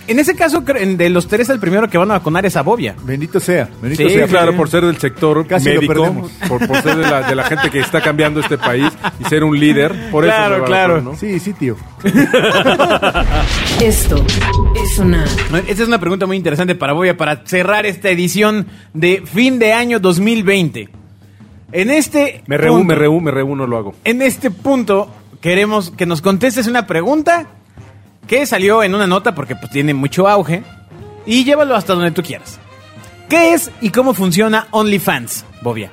[SPEAKER 3] en ese caso, cre- en- de los tres, el primero que van a vacunar es a Bobia.
[SPEAKER 4] Bendito sea. Bendito
[SPEAKER 3] Sí,
[SPEAKER 2] Sí,
[SPEAKER 4] sea.
[SPEAKER 2] claro, por ser del sector
[SPEAKER 4] pues, Casi lo
[SPEAKER 2] médico,
[SPEAKER 4] perdemos.
[SPEAKER 2] por, por ser de la, de la gente que está cambiando este país y ser un líder. Por eso
[SPEAKER 3] Claro,
[SPEAKER 2] me va a
[SPEAKER 3] claro.
[SPEAKER 2] vacunar, ¿no?
[SPEAKER 4] Sí, sí, tío.
[SPEAKER 1] Esto es sonar
[SPEAKER 3] Esta es una pregunta muy interesante para Bobia para cerrar esta edición de fin de año 2020. En este
[SPEAKER 2] Me reúno,
[SPEAKER 3] punto-
[SPEAKER 2] me reúno, me reúno, lo hago.
[SPEAKER 3] En este punto queremos que nos contestes una pregunta que salió en una nota porque pues, tiene mucho auge y llévalo hasta donde tú quieras. ¿Qué es y cómo funciona OnlyFans, Bobia?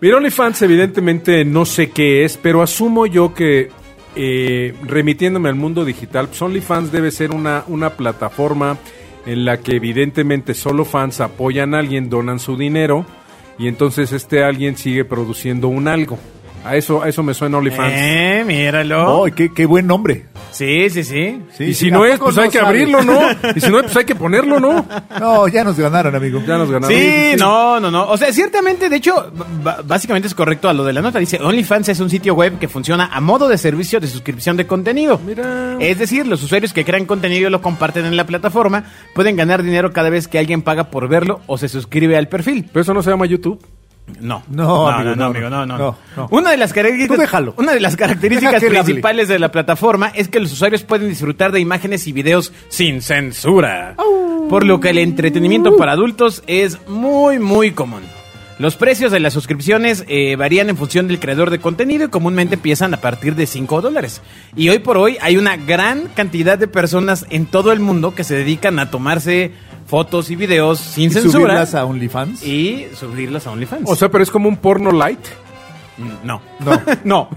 [SPEAKER 2] Mira, OnlyFans evidentemente no sé qué es, pero asumo yo que eh, remitiéndome al mundo digital, pues OnlyFans debe ser una, una plataforma en la que evidentemente solo fans apoyan a alguien, donan su dinero y entonces este alguien sigue produciendo un algo. A eso, a eso me suena OnlyFans.
[SPEAKER 3] Eh, míralo.
[SPEAKER 4] Oh, qué, qué buen nombre.
[SPEAKER 3] Sí, sí, sí.
[SPEAKER 4] Sí,
[SPEAKER 2] y
[SPEAKER 4] sí,
[SPEAKER 2] si no
[SPEAKER 4] ¿a
[SPEAKER 2] es,
[SPEAKER 4] poco
[SPEAKER 2] pues hay que
[SPEAKER 4] sabe?
[SPEAKER 2] abrirlo, ¿no? Y si no es, pues hay que ponerlo, ¿no?
[SPEAKER 4] No, ya nos ganaron, amigo.
[SPEAKER 2] Ya nos ganaron.
[SPEAKER 3] Sí, no, no, no. O sea, ciertamente, de hecho, b- b- básicamente es correcto a lo de la nota. Dice, OnlyFans es un sitio web que funciona a modo de servicio de suscripción de contenido.
[SPEAKER 2] Mira.
[SPEAKER 3] Es decir, los usuarios que crean contenido y lo comparten en la plataforma pueden ganar dinero cada vez que alguien paga por verlo o se suscribe al perfil.
[SPEAKER 2] Pero eso no se llama YouTube.
[SPEAKER 3] No.
[SPEAKER 4] No,
[SPEAKER 3] no,
[SPEAKER 4] amigo,
[SPEAKER 3] no,
[SPEAKER 4] no,
[SPEAKER 3] amigo, no, no.
[SPEAKER 4] no, no.
[SPEAKER 3] Una de las características,
[SPEAKER 4] Tú déjalo.
[SPEAKER 3] Una de las características
[SPEAKER 4] Deja que él hable.
[SPEAKER 3] principales de la plataforma es que los usuarios pueden disfrutar de imágenes y videos sin censura. Por lo que el entretenimiento para adultos es muy, muy común. Los precios de las suscripciones eh, varían en función del creador de contenido y comúnmente empiezan a partir de 5 dólares. Y hoy por hoy hay una gran cantidad de personas en todo el mundo que se dedican a tomarse fotos y videos sin
[SPEAKER 4] ¿Y
[SPEAKER 3] censura
[SPEAKER 4] subirlas a OnlyFans?
[SPEAKER 3] y subirlas a OnlyFans.
[SPEAKER 2] O sea, pero es como un porno light.
[SPEAKER 3] Mm, No.
[SPEAKER 4] No.
[SPEAKER 3] No,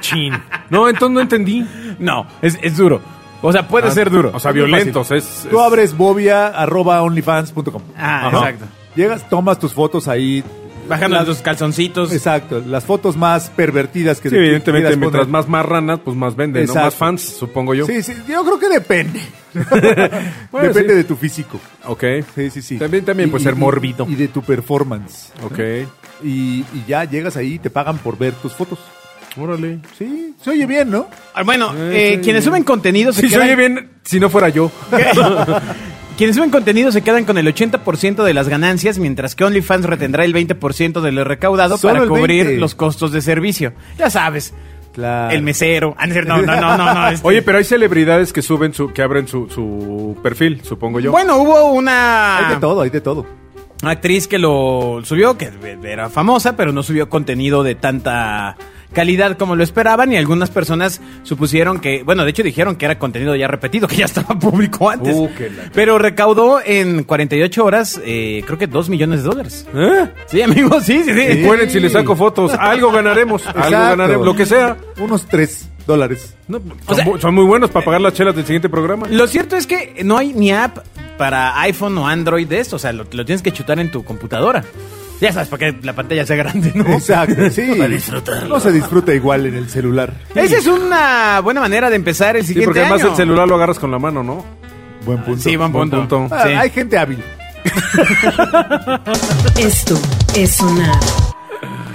[SPEAKER 2] Chin. No, entonces no entendí.
[SPEAKER 3] no, es, es duro. O sea, puede ser duro.
[SPEAKER 2] Ah, O sea,
[SPEAKER 4] Muy
[SPEAKER 2] violento. o sea, es,
[SPEAKER 4] Tú
[SPEAKER 2] es-
[SPEAKER 4] abres bobia arroba onlyfans.com.
[SPEAKER 3] Ah,
[SPEAKER 4] Ajá.
[SPEAKER 3] exacto.
[SPEAKER 4] Llegas, tomas tus fotos ahí.
[SPEAKER 3] Bajando
[SPEAKER 4] Las-
[SPEAKER 3] los calzoncitos.
[SPEAKER 4] Exacto, las fotos más pervertidas que
[SPEAKER 2] Sí,
[SPEAKER 4] que
[SPEAKER 2] evidentemente,
[SPEAKER 4] quieras
[SPEAKER 2] mientras
[SPEAKER 4] poner.
[SPEAKER 2] más marranas, pues más venden, ¿no?
[SPEAKER 4] Exacto.
[SPEAKER 2] Más fans, supongo yo.
[SPEAKER 4] Sí, sí, yo creo que depende.
[SPEAKER 2] Bueno,
[SPEAKER 4] depende
[SPEAKER 2] sí.
[SPEAKER 4] de tu físico.
[SPEAKER 2] Ok.
[SPEAKER 4] Sí, sí, sí.
[SPEAKER 2] También, también, pues
[SPEAKER 4] Y-
[SPEAKER 2] ser
[SPEAKER 4] y-
[SPEAKER 2] mórbido.
[SPEAKER 4] Y de tu performance.
[SPEAKER 2] Ok.
[SPEAKER 4] Y, y ya llegas ahí y te pagan por ver tus fotos.
[SPEAKER 2] Órale.
[SPEAKER 4] Sí, se oye bien, ¿no?
[SPEAKER 3] Ah, Bueno,
[SPEAKER 2] Eh,
[SPEAKER 3] eh,
[SPEAKER 2] sí.
[SPEAKER 3] quienes suben contenido se
[SPEAKER 2] Sí, se
[SPEAKER 3] quedan...
[SPEAKER 2] oye bien si no fuera yo.
[SPEAKER 3] Quienes suben contenido se quedan con el 80% de las ganancias, mientras que OnlyFans retendrá el 20% de lo recaudado
[SPEAKER 4] Solo
[SPEAKER 3] para
[SPEAKER 4] el
[SPEAKER 3] cubrir
[SPEAKER 4] 20.
[SPEAKER 3] los costos de servicio. Ya sabes,
[SPEAKER 4] Claro.
[SPEAKER 3] el mesero. Ah, no, es cierto, no, no, no, no. no, este-
[SPEAKER 2] Oye, pero hay celebridades que suben su, que abren su, su perfil, supongo yo.
[SPEAKER 3] Bueno, hubo
[SPEAKER 4] Hay
[SPEAKER 3] una
[SPEAKER 4] de todo, hay de todo.
[SPEAKER 3] actriz que lo subió, que era famosa, pero no subió contenido de tanta calidad como lo esperaban y algunas personas supusieron que, bueno, de hecho dijeron que era contenido ya repetido, que ya estaba público antes.
[SPEAKER 2] Uh, qué la-
[SPEAKER 3] Pero recaudó en 48 horas, eh, creo que 2 millones de dópueden
[SPEAKER 2] ¿Eh?
[SPEAKER 3] Sí, amigos, sí, sí, sí.
[SPEAKER 4] Sí.
[SPEAKER 2] Pueden, si le saco fotos, algo ganaremos, algo
[SPEAKER 4] Exacto.
[SPEAKER 2] ganaremos, lo que sea.
[SPEAKER 4] Unos 3 dólares.
[SPEAKER 2] No, son,
[SPEAKER 3] O sea-
[SPEAKER 2] bu- son muy buenos para pagar las chelas del siguiente programa.
[SPEAKER 3] Lo cierto es que no hay ni app para iPhone o Android de esto, o sea, lo, lo tienes que chutar en tu computadora. Ya sabes, para que la pantalla sea grande, ¿no?
[SPEAKER 4] Exacto, sí. No se disfruta igual en el celular.
[SPEAKER 3] Esa es una buena manera de empezar el
[SPEAKER 2] Sí,
[SPEAKER 3] siguiente
[SPEAKER 2] porque además
[SPEAKER 3] año.
[SPEAKER 2] el celular lo agarras con la mano, ¿no?
[SPEAKER 4] Buen punto.
[SPEAKER 3] Sí, buen
[SPEAKER 2] Buen
[SPEAKER 3] punto.
[SPEAKER 2] punto.
[SPEAKER 4] Ah,
[SPEAKER 3] Sí.
[SPEAKER 4] Hay gente hábil.
[SPEAKER 1] Esto es sonar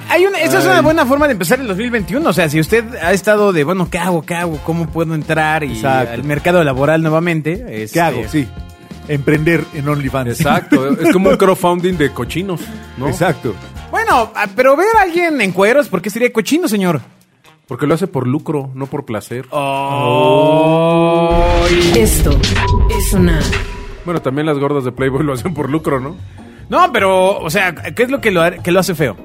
[SPEAKER 3] Hay una, esa es una buena forma de empezar el 2021. O sea, si usted ha estado de, bueno, ¿qué hago? ¿Qué hago? ¿Cómo puedo entrar y
[SPEAKER 4] Exacto.
[SPEAKER 3] al mercado laboral nuevamente? Este,
[SPEAKER 4] ¿Qué hago? Sí. Emprender en OnlyFans.
[SPEAKER 2] Exacto. es como un crowdfunding de cochinos, ¿no?
[SPEAKER 4] Exacto.
[SPEAKER 3] Bueno, ah, pero ver a alguien en cueros, ¿por qué sería cochino, señor?
[SPEAKER 2] Porque lo hace por lucro, no por placer.
[SPEAKER 3] Oh.
[SPEAKER 1] Esto es sonar
[SPEAKER 2] Bueno, también las gordas de Playboy lo hacen por lucro, ¿no?
[SPEAKER 3] No, pero, o sea, ¿qué es lo que lo, ha- que lo hace feo?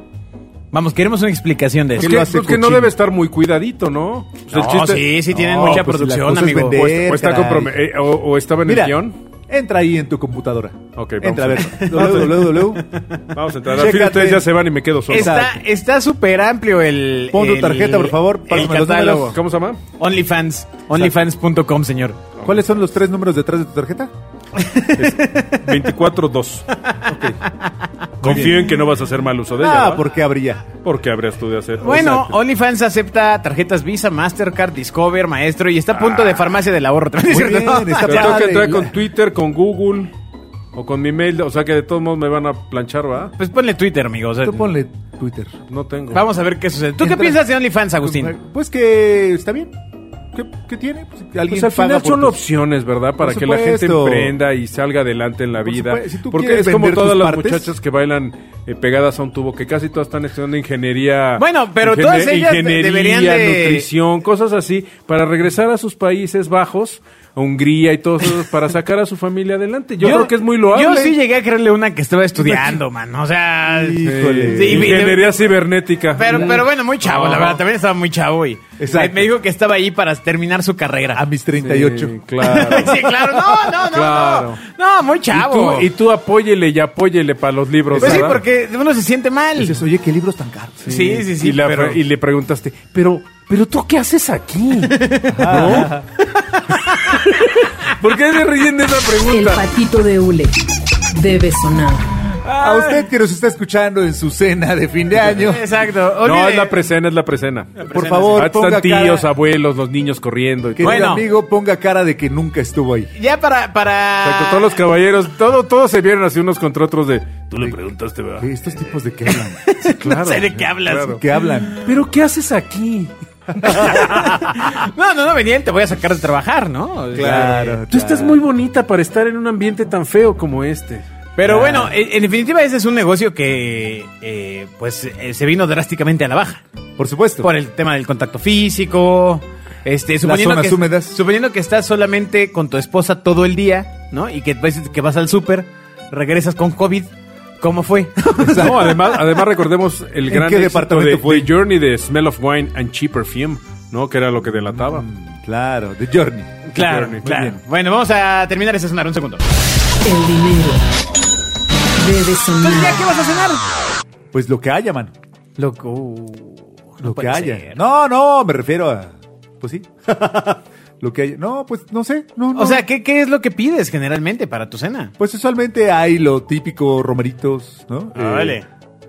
[SPEAKER 3] Vamos, queremos una explicación de
[SPEAKER 2] Es
[SPEAKER 3] eso.
[SPEAKER 2] que,
[SPEAKER 4] lo hace
[SPEAKER 2] pues que no
[SPEAKER 4] cochino?
[SPEAKER 2] debe estar muy cuidadito, ¿no? O sea, el
[SPEAKER 3] No,
[SPEAKER 2] chiste-
[SPEAKER 3] sí, sí tienen
[SPEAKER 4] No,
[SPEAKER 3] mucha
[SPEAKER 4] pues, si la
[SPEAKER 3] producción,
[SPEAKER 4] cosa es
[SPEAKER 3] amigo.
[SPEAKER 4] vender.
[SPEAKER 2] O, es- o está
[SPEAKER 4] Caray.
[SPEAKER 2] comprome- eh, o- o estaba en
[SPEAKER 4] Mira,
[SPEAKER 2] el guión.
[SPEAKER 4] entra ahí en tu computadora.
[SPEAKER 2] Ok, vamos.
[SPEAKER 4] entra a ver. www.
[SPEAKER 2] Vamos a entrar. Al fin
[SPEAKER 4] Chécate.
[SPEAKER 2] ustedes ya se van y me quedo solo.
[SPEAKER 3] Está
[SPEAKER 4] Exacto.
[SPEAKER 3] está súper amplio el.
[SPEAKER 4] Pon tu
[SPEAKER 3] el-
[SPEAKER 4] tarjeta, por favor,
[SPEAKER 3] El
[SPEAKER 4] pásame los
[SPEAKER 3] catálogo.
[SPEAKER 4] números.
[SPEAKER 2] ¿Cómo se llama?
[SPEAKER 3] OnlyFans. OnlyFans.com, señor.
[SPEAKER 4] ¿Cuáles son los tres números detrás de tu tarjeta?
[SPEAKER 2] 24-2. Ok. Confío en que no vas a hacer mal uso de ella.
[SPEAKER 4] Ah,
[SPEAKER 2] ¿va?
[SPEAKER 4] ¿por qué habría?
[SPEAKER 2] Porque habrías tú de hacer.
[SPEAKER 3] Bueno,
[SPEAKER 2] Exacto.
[SPEAKER 3] OnlyFans acepta tarjetas Visa, Mastercard, Discover, Maestro y está a
[SPEAKER 2] Ah.
[SPEAKER 3] punto de farmacia del ahorro. ¿No es
[SPEAKER 4] Muy
[SPEAKER 3] cierto?
[SPEAKER 4] bien, está
[SPEAKER 2] Pero tengo que
[SPEAKER 4] padre.
[SPEAKER 2] entrar con Twitter, con Google o con mi mail. O sea que de todos modos me van a planchar, ¿va?
[SPEAKER 3] Pues ponle Twitter, amigo. o sea,
[SPEAKER 4] Tú ponle Twitter.
[SPEAKER 2] No tengo.
[SPEAKER 3] Vamos a ver qué sucede. ¿Tú qué
[SPEAKER 4] Entra-
[SPEAKER 3] piensas de OnlyFans, Agustín?
[SPEAKER 4] Pues que está bien. ¿Qué, qué tiene? Pues, alguien
[SPEAKER 2] Pues al
[SPEAKER 4] paga
[SPEAKER 2] final
[SPEAKER 4] por
[SPEAKER 2] son
[SPEAKER 4] tus-
[SPEAKER 2] opciones, ¿verdad? Para
[SPEAKER 4] Por
[SPEAKER 2] que la gente
[SPEAKER 4] supuesto.
[SPEAKER 2] emprenda y salga adelante en la
[SPEAKER 4] Por
[SPEAKER 2] vida.
[SPEAKER 4] supuesto. Si tú
[SPEAKER 2] Porque
[SPEAKER 4] quieres
[SPEAKER 2] es como
[SPEAKER 4] vender
[SPEAKER 2] todas
[SPEAKER 4] tus
[SPEAKER 2] las
[SPEAKER 4] partes.
[SPEAKER 2] muchachas que bailan eh, pegadas a un tubo, que casi todas están estudiando ingeniería.
[SPEAKER 3] Bueno, pero todas ellas de-
[SPEAKER 2] ingeniería,
[SPEAKER 3] deberían de-
[SPEAKER 2] nutrición, cosas así, para regresar a sus países bajos, a Hungría y todos esos, para sacar a su familia adelante. Yo, creo que es muy loable.
[SPEAKER 3] Yo sí llegué a creerle una que estaba estudiando, man. O sea.
[SPEAKER 4] Híjole.
[SPEAKER 3] Sí, vi-
[SPEAKER 2] ingeniería Ah. cibernética.
[SPEAKER 3] Pero, pero bueno, muy chavo, la
[SPEAKER 2] No.
[SPEAKER 3] verdad. También estaba muy chavo y
[SPEAKER 4] Exacto.
[SPEAKER 3] me dijo que estaba ahí para terminar su carrera.
[SPEAKER 4] A mis
[SPEAKER 2] Sí,
[SPEAKER 4] 38.
[SPEAKER 2] claro.
[SPEAKER 3] sí, claro. No, no, no,
[SPEAKER 2] Claro.
[SPEAKER 3] no. No, muy chavo.
[SPEAKER 2] Y tú, y tú apóyele y apóyele para los libros.
[SPEAKER 3] Pues sí,
[SPEAKER 2] ¿verdad?
[SPEAKER 3] porque uno se siente mal.
[SPEAKER 4] Dices, oye, qué libros tan caros.
[SPEAKER 3] Sí, sí, sí.
[SPEAKER 2] y, la
[SPEAKER 3] pero-
[SPEAKER 2] pre- y le preguntaste, pero, pero tú qué haces aquí, ¿no? ¿Por qué se ríen de esa
[SPEAKER 1] El
[SPEAKER 2] pregunta?
[SPEAKER 1] patito de hule debe sonar.
[SPEAKER 4] A usted que nos está escuchando en su cena de fin de año,
[SPEAKER 3] Exacto.
[SPEAKER 2] No,
[SPEAKER 3] Olvide-
[SPEAKER 2] es la presena, es la presena.
[SPEAKER 4] por
[SPEAKER 2] Ahí
[SPEAKER 4] favor,
[SPEAKER 2] están
[SPEAKER 4] ponga
[SPEAKER 2] tíos,
[SPEAKER 4] cara,
[SPEAKER 2] abuelos, los niños corriendo. y
[SPEAKER 4] querido
[SPEAKER 2] todo.
[SPEAKER 3] Bueno.
[SPEAKER 4] amigo, ponga cara de que nunca estuvo ahí.
[SPEAKER 3] Ya para. para...
[SPEAKER 2] Exacto, todos los caballeros, todo, todos se vieron así unos contra otros de, tú le preguntaste, ¿verdad?
[SPEAKER 4] Oye, Estos tipos de qué hablan.
[SPEAKER 3] No sé de qué hablas.
[SPEAKER 2] claro.
[SPEAKER 4] ¿Qué hablan?
[SPEAKER 2] Pero ¿qué haces aquí?
[SPEAKER 3] No, no, no, venía, te voy a sacar de trabajar, ¿no?
[SPEAKER 4] Claro.
[SPEAKER 2] Tú estás muy bonita para estar en un ambiente tan feo como este.
[SPEAKER 3] Pero bueno, en, en definitiva, ese es un negocio que, eh, pues, eh, se vino drásticamente a la baja.
[SPEAKER 4] Por supuesto.
[SPEAKER 3] Por el tema del contacto físico, este, suponiendo,
[SPEAKER 4] zonas
[SPEAKER 3] que,
[SPEAKER 4] húmedas.
[SPEAKER 3] suponiendo que estás solamente con tu esposa todo el día, ¿no? Y que, ves que vas al súper, regresas con COVID, ¿cómo fue?
[SPEAKER 2] No, además, además recordemos el
[SPEAKER 4] ¿En
[SPEAKER 2] gran
[SPEAKER 4] qué
[SPEAKER 2] éxito
[SPEAKER 4] departamento
[SPEAKER 2] de,
[SPEAKER 4] fue?
[SPEAKER 2] de Journey de Smell of Wine and Cheap Perfume, ¿no? Que era lo que delataba.
[SPEAKER 4] Mm, Claro, The Journey.
[SPEAKER 3] claro,
[SPEAKER 2] Muy
[SPEAKER 3] claro.
[SPEAKER 2] bien.
[SPEAKER 3] Bueno, vamos a terminar ese cenar, un segundo.
[SPEAKER 1] El dinero debe
[SPEAKER 3] Entonces, ¿ya qué
[SPEAKER 1] sonar.
[SPEAKER 3] vas a cenar?
[SPEAKER 4] Pues lo que haya, man.
[SPEAKER 3] Loco. uh,
[SPEAKER 4] Lo que haya. No, no, me refiero a. Pues sí. lo que haya. No, pues no sé. No, no.
[SPEAKER 3] O sea, ¿qué, ¿qué es lo que pides generalmente para tu cena?
[SPEAKER 4] Pues usualmente hay lo típico, romeritos, ¿no?
[SPEAKER 3] Ah, vale.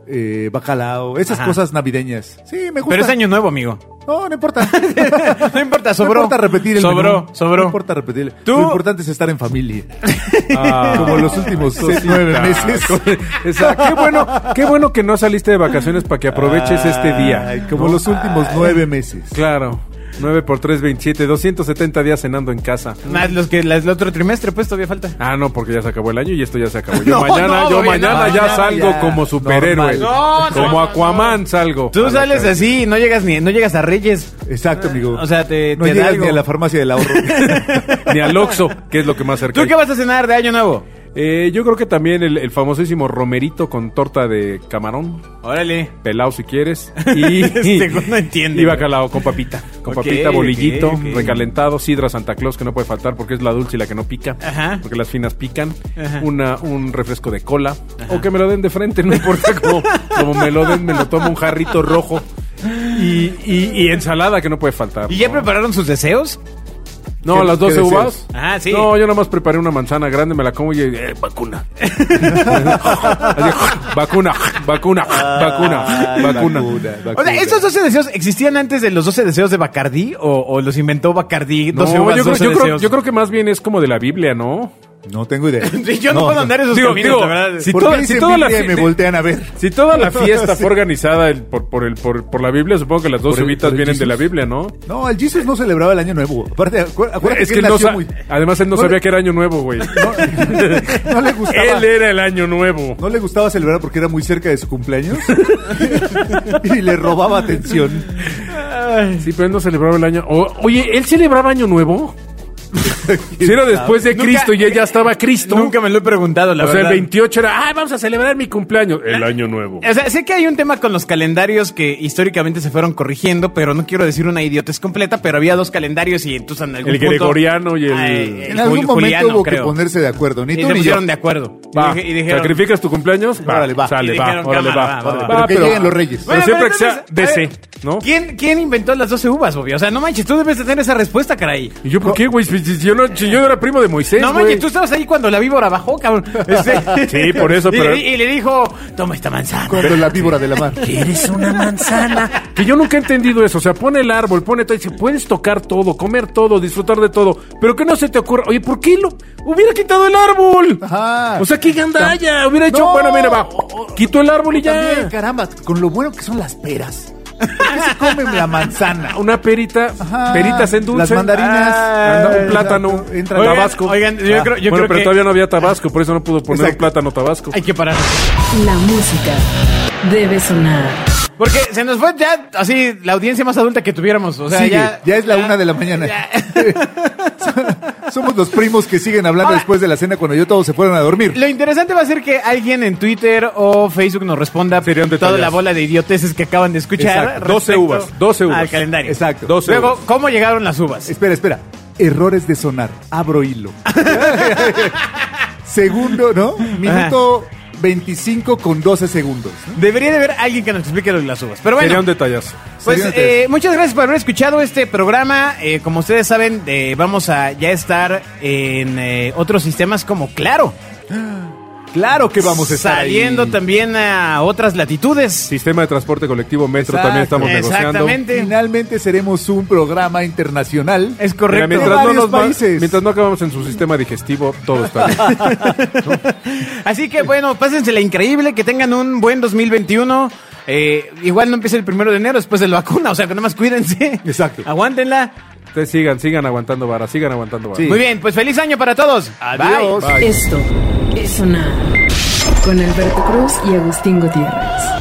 [SPEAKER 4] eh, bacalao, esas
[SPEAKER 3] Ajá.
[SPEAKER 4] cosas navideñas. Sí, me gusta.
[SPEAKER 3] Pero es año nuevo, amigo.
[SPEAKER 4] No, no importa.
[SPEAKER 3] No importa, sobró.
[SPEAKER 4] No importa repetir el
[SPEAKER 3] Sobró,
[SPEAKER 4] menú.
[SPEAKER 3] sobró.
[SPEAKER 4] No importa repetir.
[SPEAKER 3] Tú-
[SPEAKER 4] Lo importante es estar en familia.
[SPEAKER 2] Ah.
[SPEAKER 4] Como los últimos seis, nueve meses.
[SPEAKER 2] Exacto. Qué bueno, qué bueno que no saliste de vacaciones para que aproveches
[SPEAKER 3] Ah,
[SPEAKER 2] este
[SPEAKER 4] Ay,
[SPEAKER 2] día.
[SPEAKER 4] como los últimos nueve meses.
[SPEAKER 2] Claro. 9 por 3, 27. 270 días cenando en casa.
[SPEAKER 3] Más los que las del otro trimestre, pues todavía falta.
[SPEAKER 2] Ah, no, porque ya se acabó el año y esto ya se acabó. Yo
[SPEAKER 3] No,
[SPEAKER 2] mañana,
[SPEAKER 3] no,
[SPEAKER 2] yo
[SPEAKER 3] güey,
[SPEAKER 2] mañana
[SPEAKER 3] no,
[SPEAKER 2] ya
[SPEAKER 4] no,
[SPEAKER 2] salgo
[SPEAKER 4] ya.
[SPEAKER 2] como superhéroe.
[SPEAKER 4] Normal.
[SPEAKER 3] No, no,
[SPEAKER 2] como
[SPEAKER 3] no,
[SPEAKER 2] Aquaman salgo. A
[SPEAKER 3] Tú
[SPEAKER 2] la
[SPEAKER 3] sales
[SPEAKER 2] calle.
[SPEAKER 3] así y no llegas ni no llegas a Reyes.
[SPEAKER 4] Exacto, amigo.
[SPEAKER 3] O sea, te-
[SPEAKER 4] no
[SPEAKER 3] te da
[SPEAKER 4] llegas
[SPEAKER 3] algo.
[SPEAKER 4] ni a la farmacia del ahorro.
[SPEAKER 2] Ni al Oxxo, que es lo que más cerca
[SPEAKER 3] ¿Tú qué
[SPEAKER 2] hay.
[SPEAKER 3] vas a cenar de año nuevo?
[SPEAKER 2] Eh, yo creo que también el, el famosísimo romerito con torta de camarón,
[SPEAKER 3] Órale.
[SPEAKER 2] pelado si quieres, y,
[SPEAKER 3] Este güey no entiende,
[SPEAKER 2] y
[SPEAKER 3] güey.
[SPEAKER 2] bacalao con papita, con
[SPEAKER 3] Ok,
[SPEAKER 2] papita, bolillito,
[SPEAKER 3] ok, ok.
[SPEAKER 2] recalentado, sidra Santa Claus que no puede faltar porque es la dulce y la que no pica,
[SPEAKER 3] Ajá.
[SPEAKER 2] porque las finas pican,
[SPEAKER 3] Ajá.
[SPEAKER 2] una un refresco de cola, o que me lo den de frente, no importa cómo, como me lo den, me lo tomo un jarrito rojo. Y, y- y ensalada que no puede faltar.
[SPEAKER 3] ¿Y ya
[SPEAKER 2] ¿no?
[SPEAKER 3] prepararon sus deseos?
[SPEAKER 2] No,
[SPEAKER 4] ¿Qué-
[SPEAKER 2] las
[SPEAKER 4] qué
[SPEAKER 2] 12
[SPEAKER 4] deseas?
[SPEAKER 2] uvas.
[SPEAKER 3] Ah, sí.
[SPEAKER 2] No, yo nomás preparé una manzana grande, me la como y eh, vacuna. Así, vacuna, vacuna, vacuna,
[SPEAKER 4] Ay,
[SPEAKER 2] vacuna.
[SPEAKER 3] O sea, ¿estos 12 deseos existían antes de los 12 deseos de Bacardí o, o los inventó Bacardí?
[SPEAKER 2] No,
[SPEAKER 3] 12 uvas,
[SPEAKER 2] yo, creo,
[SPEAKER 3] 12
[SPEAKER 2] yo creo-
[SPEAKER 3] deseos.
[SPEAKER 2] yo creo que más bien es como de la Biblia, ¿no?
[SPEAKER 4] No tengo idea.
[SPEAKER 3] Sí, yo no, puedo andar esos
[SPEAKER 2] Digo,
[SPEAKER 3] caminos,
[SPEAKER 2] digo,
[SPEAKER 3] la verdad.
[SPEAKER 2] si
[SPEAKER 4] ¿Por
[SPEAKER 2] toda-
[SPEAKER 4] qué dicen
[SPEAKER 2] toda la
[SPEAKER 4] Biblia y
[SPEAKER 2] fi-
[SPEAKER 4] me voltean a ver?
[SPEAKER 2] Si toda la fiesta
[SPEAKER 4] Sí.
[SPEAKER 2] fue organizada el- por, por, el, por, por la Biblia, supongo que las dos
[SPEAKER 4] Por el-
[SPEAKER 2] uvitas
[SPEAKER 4] por el
[SPEAKER 2] vienen de
[SPEAKER 4] Jesús.
[SPEAKER 2] la Biblia, ¿no?
[SPEAKER 4] No, el Jesus no celebraba el año nuevo. Aparte, acuer- acuérdate
[SPEAKER 2] Es que
[SPEAKER 4] él
[SPEAKER 2] él no
[SPEAKER 4] nació
[SPEAKER 2] sa-
[SPEAKER 4] muy-
[SPEAKER 2] además él no,
[SPEAKER 4] No le-
[SPEAKER 2] sabía que era año nuevo, güey.
[SPEAKER 4] no, no le gustaba.
[SPEAKER 2] él era el año nuevo.
[SPEAKER 4] No le gustaba celebrar porque era muy cerca de su cumpleaños y le robaba atención.
[SPEAKER 2] Sí, pero él no celebraba el año. o- oye, ¿él celebraba año nuevo? Si era después de Cristo y ella estaba Cristo.
[SPEAKER 3] Nunca me lo he preguntado, la
[SPEAKER 2] o sea, el
[SPEAKER 3] verdad.
[SPEAKER 2] 28 era, ah, vamos a celebrar mi cumpleaños. El año nuevo.
[SPEAKER 3] O sea, sé que hay un tema con los calendarios que históricamente se fueron corrigiendo, pero no quiero decir una idiotez completa, pero había dos calendarios y entonces en algún
[SPEAKER 2] El
[SPEAKER 3] punto-
[SPEAKER 2] gregoriano y el-
[SPEAKER 4] En algún
[SPEAKER 3] jul-
[SPEAKER 4] momento
[SPEAKER 3] juliano,
[SPEAKER 4] hubo que
[SPEAKER 3] creo.
[SPEAKER 4] ponerse de acuerdo. Ni
[SPEAKER 3] Y
[SPEAKER 4] tú
[SPEAKER 3] se
[SPEAKER 4] ni yo.
[SPEAKER 3] pusieron de acuerdo. Y
[SPEAKER 2] Va.
[SPEAKER 3] dije- y dijeron-
[SPEAKER 2] ¿Sacrificas tu cumpleaños? Va,
[SPEAKER 4] Órale, va.
[SPEAKER 2] Sale,
[SPEAKER 3] Y
[SPEAKER 2] va,
[SPEAKER 3] dijeron,
[SPEAKER 2] órale,
[SPEAKER 3] cámara,
[SPEAKER 2] va.
[SPEAKER 3] va, va,
[SPEAKER 2] órale,
[SPEAKER 3] va.
[SPEAKER 4] Pero
[SPEAKER 2] va,
[SPEAKER 4] que lleguen los reyes.
[SPEAKER 2] Pero siempre que sea
[SPEAKER 3] entonces,
[SPEAKER 2] DC,
[SPEAKER 3] a ver,
[SPEAKER 2] ¿no?
[SPEAKER 3] ¿quién, ¿Quién inventó las 12 uvas, Bobby? O sea, no manches, tú debes de tener esa respuesta, caray.
[SPEAKER 2] ¿Y yo por qué, güey? Si si yo, no, si yo no era primo de Moisés,
[SPEAKER 3] No
[SPEAKER 2] güey.
[SPEAKER 3] manches, tú estabas ahí cuando la víbora bajó, cabrón.
[SPEAKER 2] Sí,
[SPEAKER 3] Este-
[SPEAKER 2] por eso,
[SPEAKER 3] y
[SPEAKER 2] pero-
[SPEAKER 3] le di- Y, le dijo, toma esta manzana.
[SPEAKER 4] Cuando la víbora de la mar.
[SPEAKER 2] Eres una manzana. Que yo nunca he entendido eso. O sea, pone el árbol, pone todo. y Dice, puedes tocar todo, comer todo, disfrutar de todo. Pero que no se te ocurra. Oye, ¿por qué lo hubiera quitado el árbol?
[SPEAKER 4] Ajá.
[SPEAKER 2] O sea, qué gandalla. Hubiera hecho,
[SPEAKER 4] No.
[SPEAKER 2] bueno, mira, va. Quito el árbol y ya.
[SPEAKER 4] También, caramba, con lo bueno que son las peras. ¿Por qué se comen la manzana?
[SPEAKER 2] Una perita,
[SPEAKER 4] Ajá.
[SPEAKER 2] peritas en dulce.
[SPEAKER 4] Las mandarinas.
[SPEAKER 2] Ah, anda, un
[SPEAKER 4] Exacto.
[SPEAKER 2] plátano.
[SPEAKER 4] Entra
[SPEAKER 2] Oigan, Ah.
[SPEAKER 4] Tabasco.
[SPEAKER 3] Oigan, yo creo, yo
[SPEAKER 2] bueno,
[SPEAKER 3] creo
[SPEAKER 2] pero
[SPEAKER 3] que
[SPEAKER 2] todavía no había Tabasco, por eso no pudo poner un
[SPEAKER 4] Exacto.
[SPEAKER 2] plátano Tabasco.
[SPEAKER 3] hay que parar.
[SPEAKER 1] La música debe sonar.
[SPEAKER 3] Porque se nos fue ya así la audiencia más adulta que tuviéramos. O sea,
[SPEAKER 4] Sigue,
[SPEAKER 3] ya,
[SPEAKER 4] ya, es la una de la mañana. Somos los primos que siguen hablando
[SPEAKER 3] Ahora-
[SPEAKER 4] después de la cena cuando yo todos se fueron a dormir.
[SPEAKER 3] Lo interesante va a ser que alguien en Twitter o Facebook nos responda
[SPEAKER 2] Sería un
[SPEAKER 3] toda
[SPEAKER 2] detallazo.
[SPEAKER 3] la bola de idioteces que acaban de escuchar.
[SPEAKER 2] Exacto. 12
[SPEAKER 3] respecto
[SPEAKER 2] uvas, 12 uvas.
[SPEAKER 3] Al calendario.
[SPEAKER 4] Exacto.
[SPEAKER 2] 12
[SPEAKER 3] Luego,
[SPEAKER 2] uvas.
[SPEAKER 3] ¿cómo llegaron las uvas?
[SPEAKER 4] Espera, espera. Errores de sonar. Abro hilo. Segundo, ¿no? Minuto 25 con 12 segundos. ¿no?
[SPEAKER 3] Debería de haber alguien que nos explique lo de las uvas. Pero bueno.
[SPEAKER 2] Sería un detallazo.
[SPEAKER 3] Pues
[SPEAKER 4] Sería un
[SPEAKER 3] eh,
[SPEAKER 4] test.
[SPEAKER 3] muchas gracias por haber escuchado este programa. Eh, como ustedes saben, eh, vamos a ya estar en eh, otros sistemas como Claro.
[SPEAKER 4] Claro que vamos a estar ahí.
[SPEAKER 3] Saliendo también a otras latitudes.
[SPEAKER 2] Sistema de transporte colectivo, metro,
[SPEAKER 4] Exacto.
[SPEAKER 2] también estamos negociando.
[SPEAKER 3] Exactamente.
[SPEAKER 4] Finalmente seremos un programa internacional.
[SPEAKER 3] Es
[SPEAKER 2] Mira,
[SPEAKER 3] correcto.
[SPEAKER 2] mientras, no
[SPEAKER 4] Varios
[SPEAKER 2] nos va-
[SPEAKER 4] países.
[SPEAKER 2] mientras no acabamos en su sistema digestivo, todo está bien.
[SPEAKER 3] Así que bueno, pásensela increíble, que tengan un buen 2021. Eh, igual no empieza el primero de enero después de la vacuna, o sea que nada más cuídense.
[SPEAKER 4] Exacto.
[SPEAKER 3] Aguántenla.
[SPEAKER 2] Ustedes sigan, sigan aguantando vara, sigan aguantando vara.
[SPEAKER 4] Sí.
[SPEAKER 3] Muy bien, pues feliz año para todos.
[SPEAKER 4] Adiós.
[SPEAKER 2] Bye.
[SPEAKER 1] Esto es sonar. Con Alberto Cruz y Agustín Gutiérrez.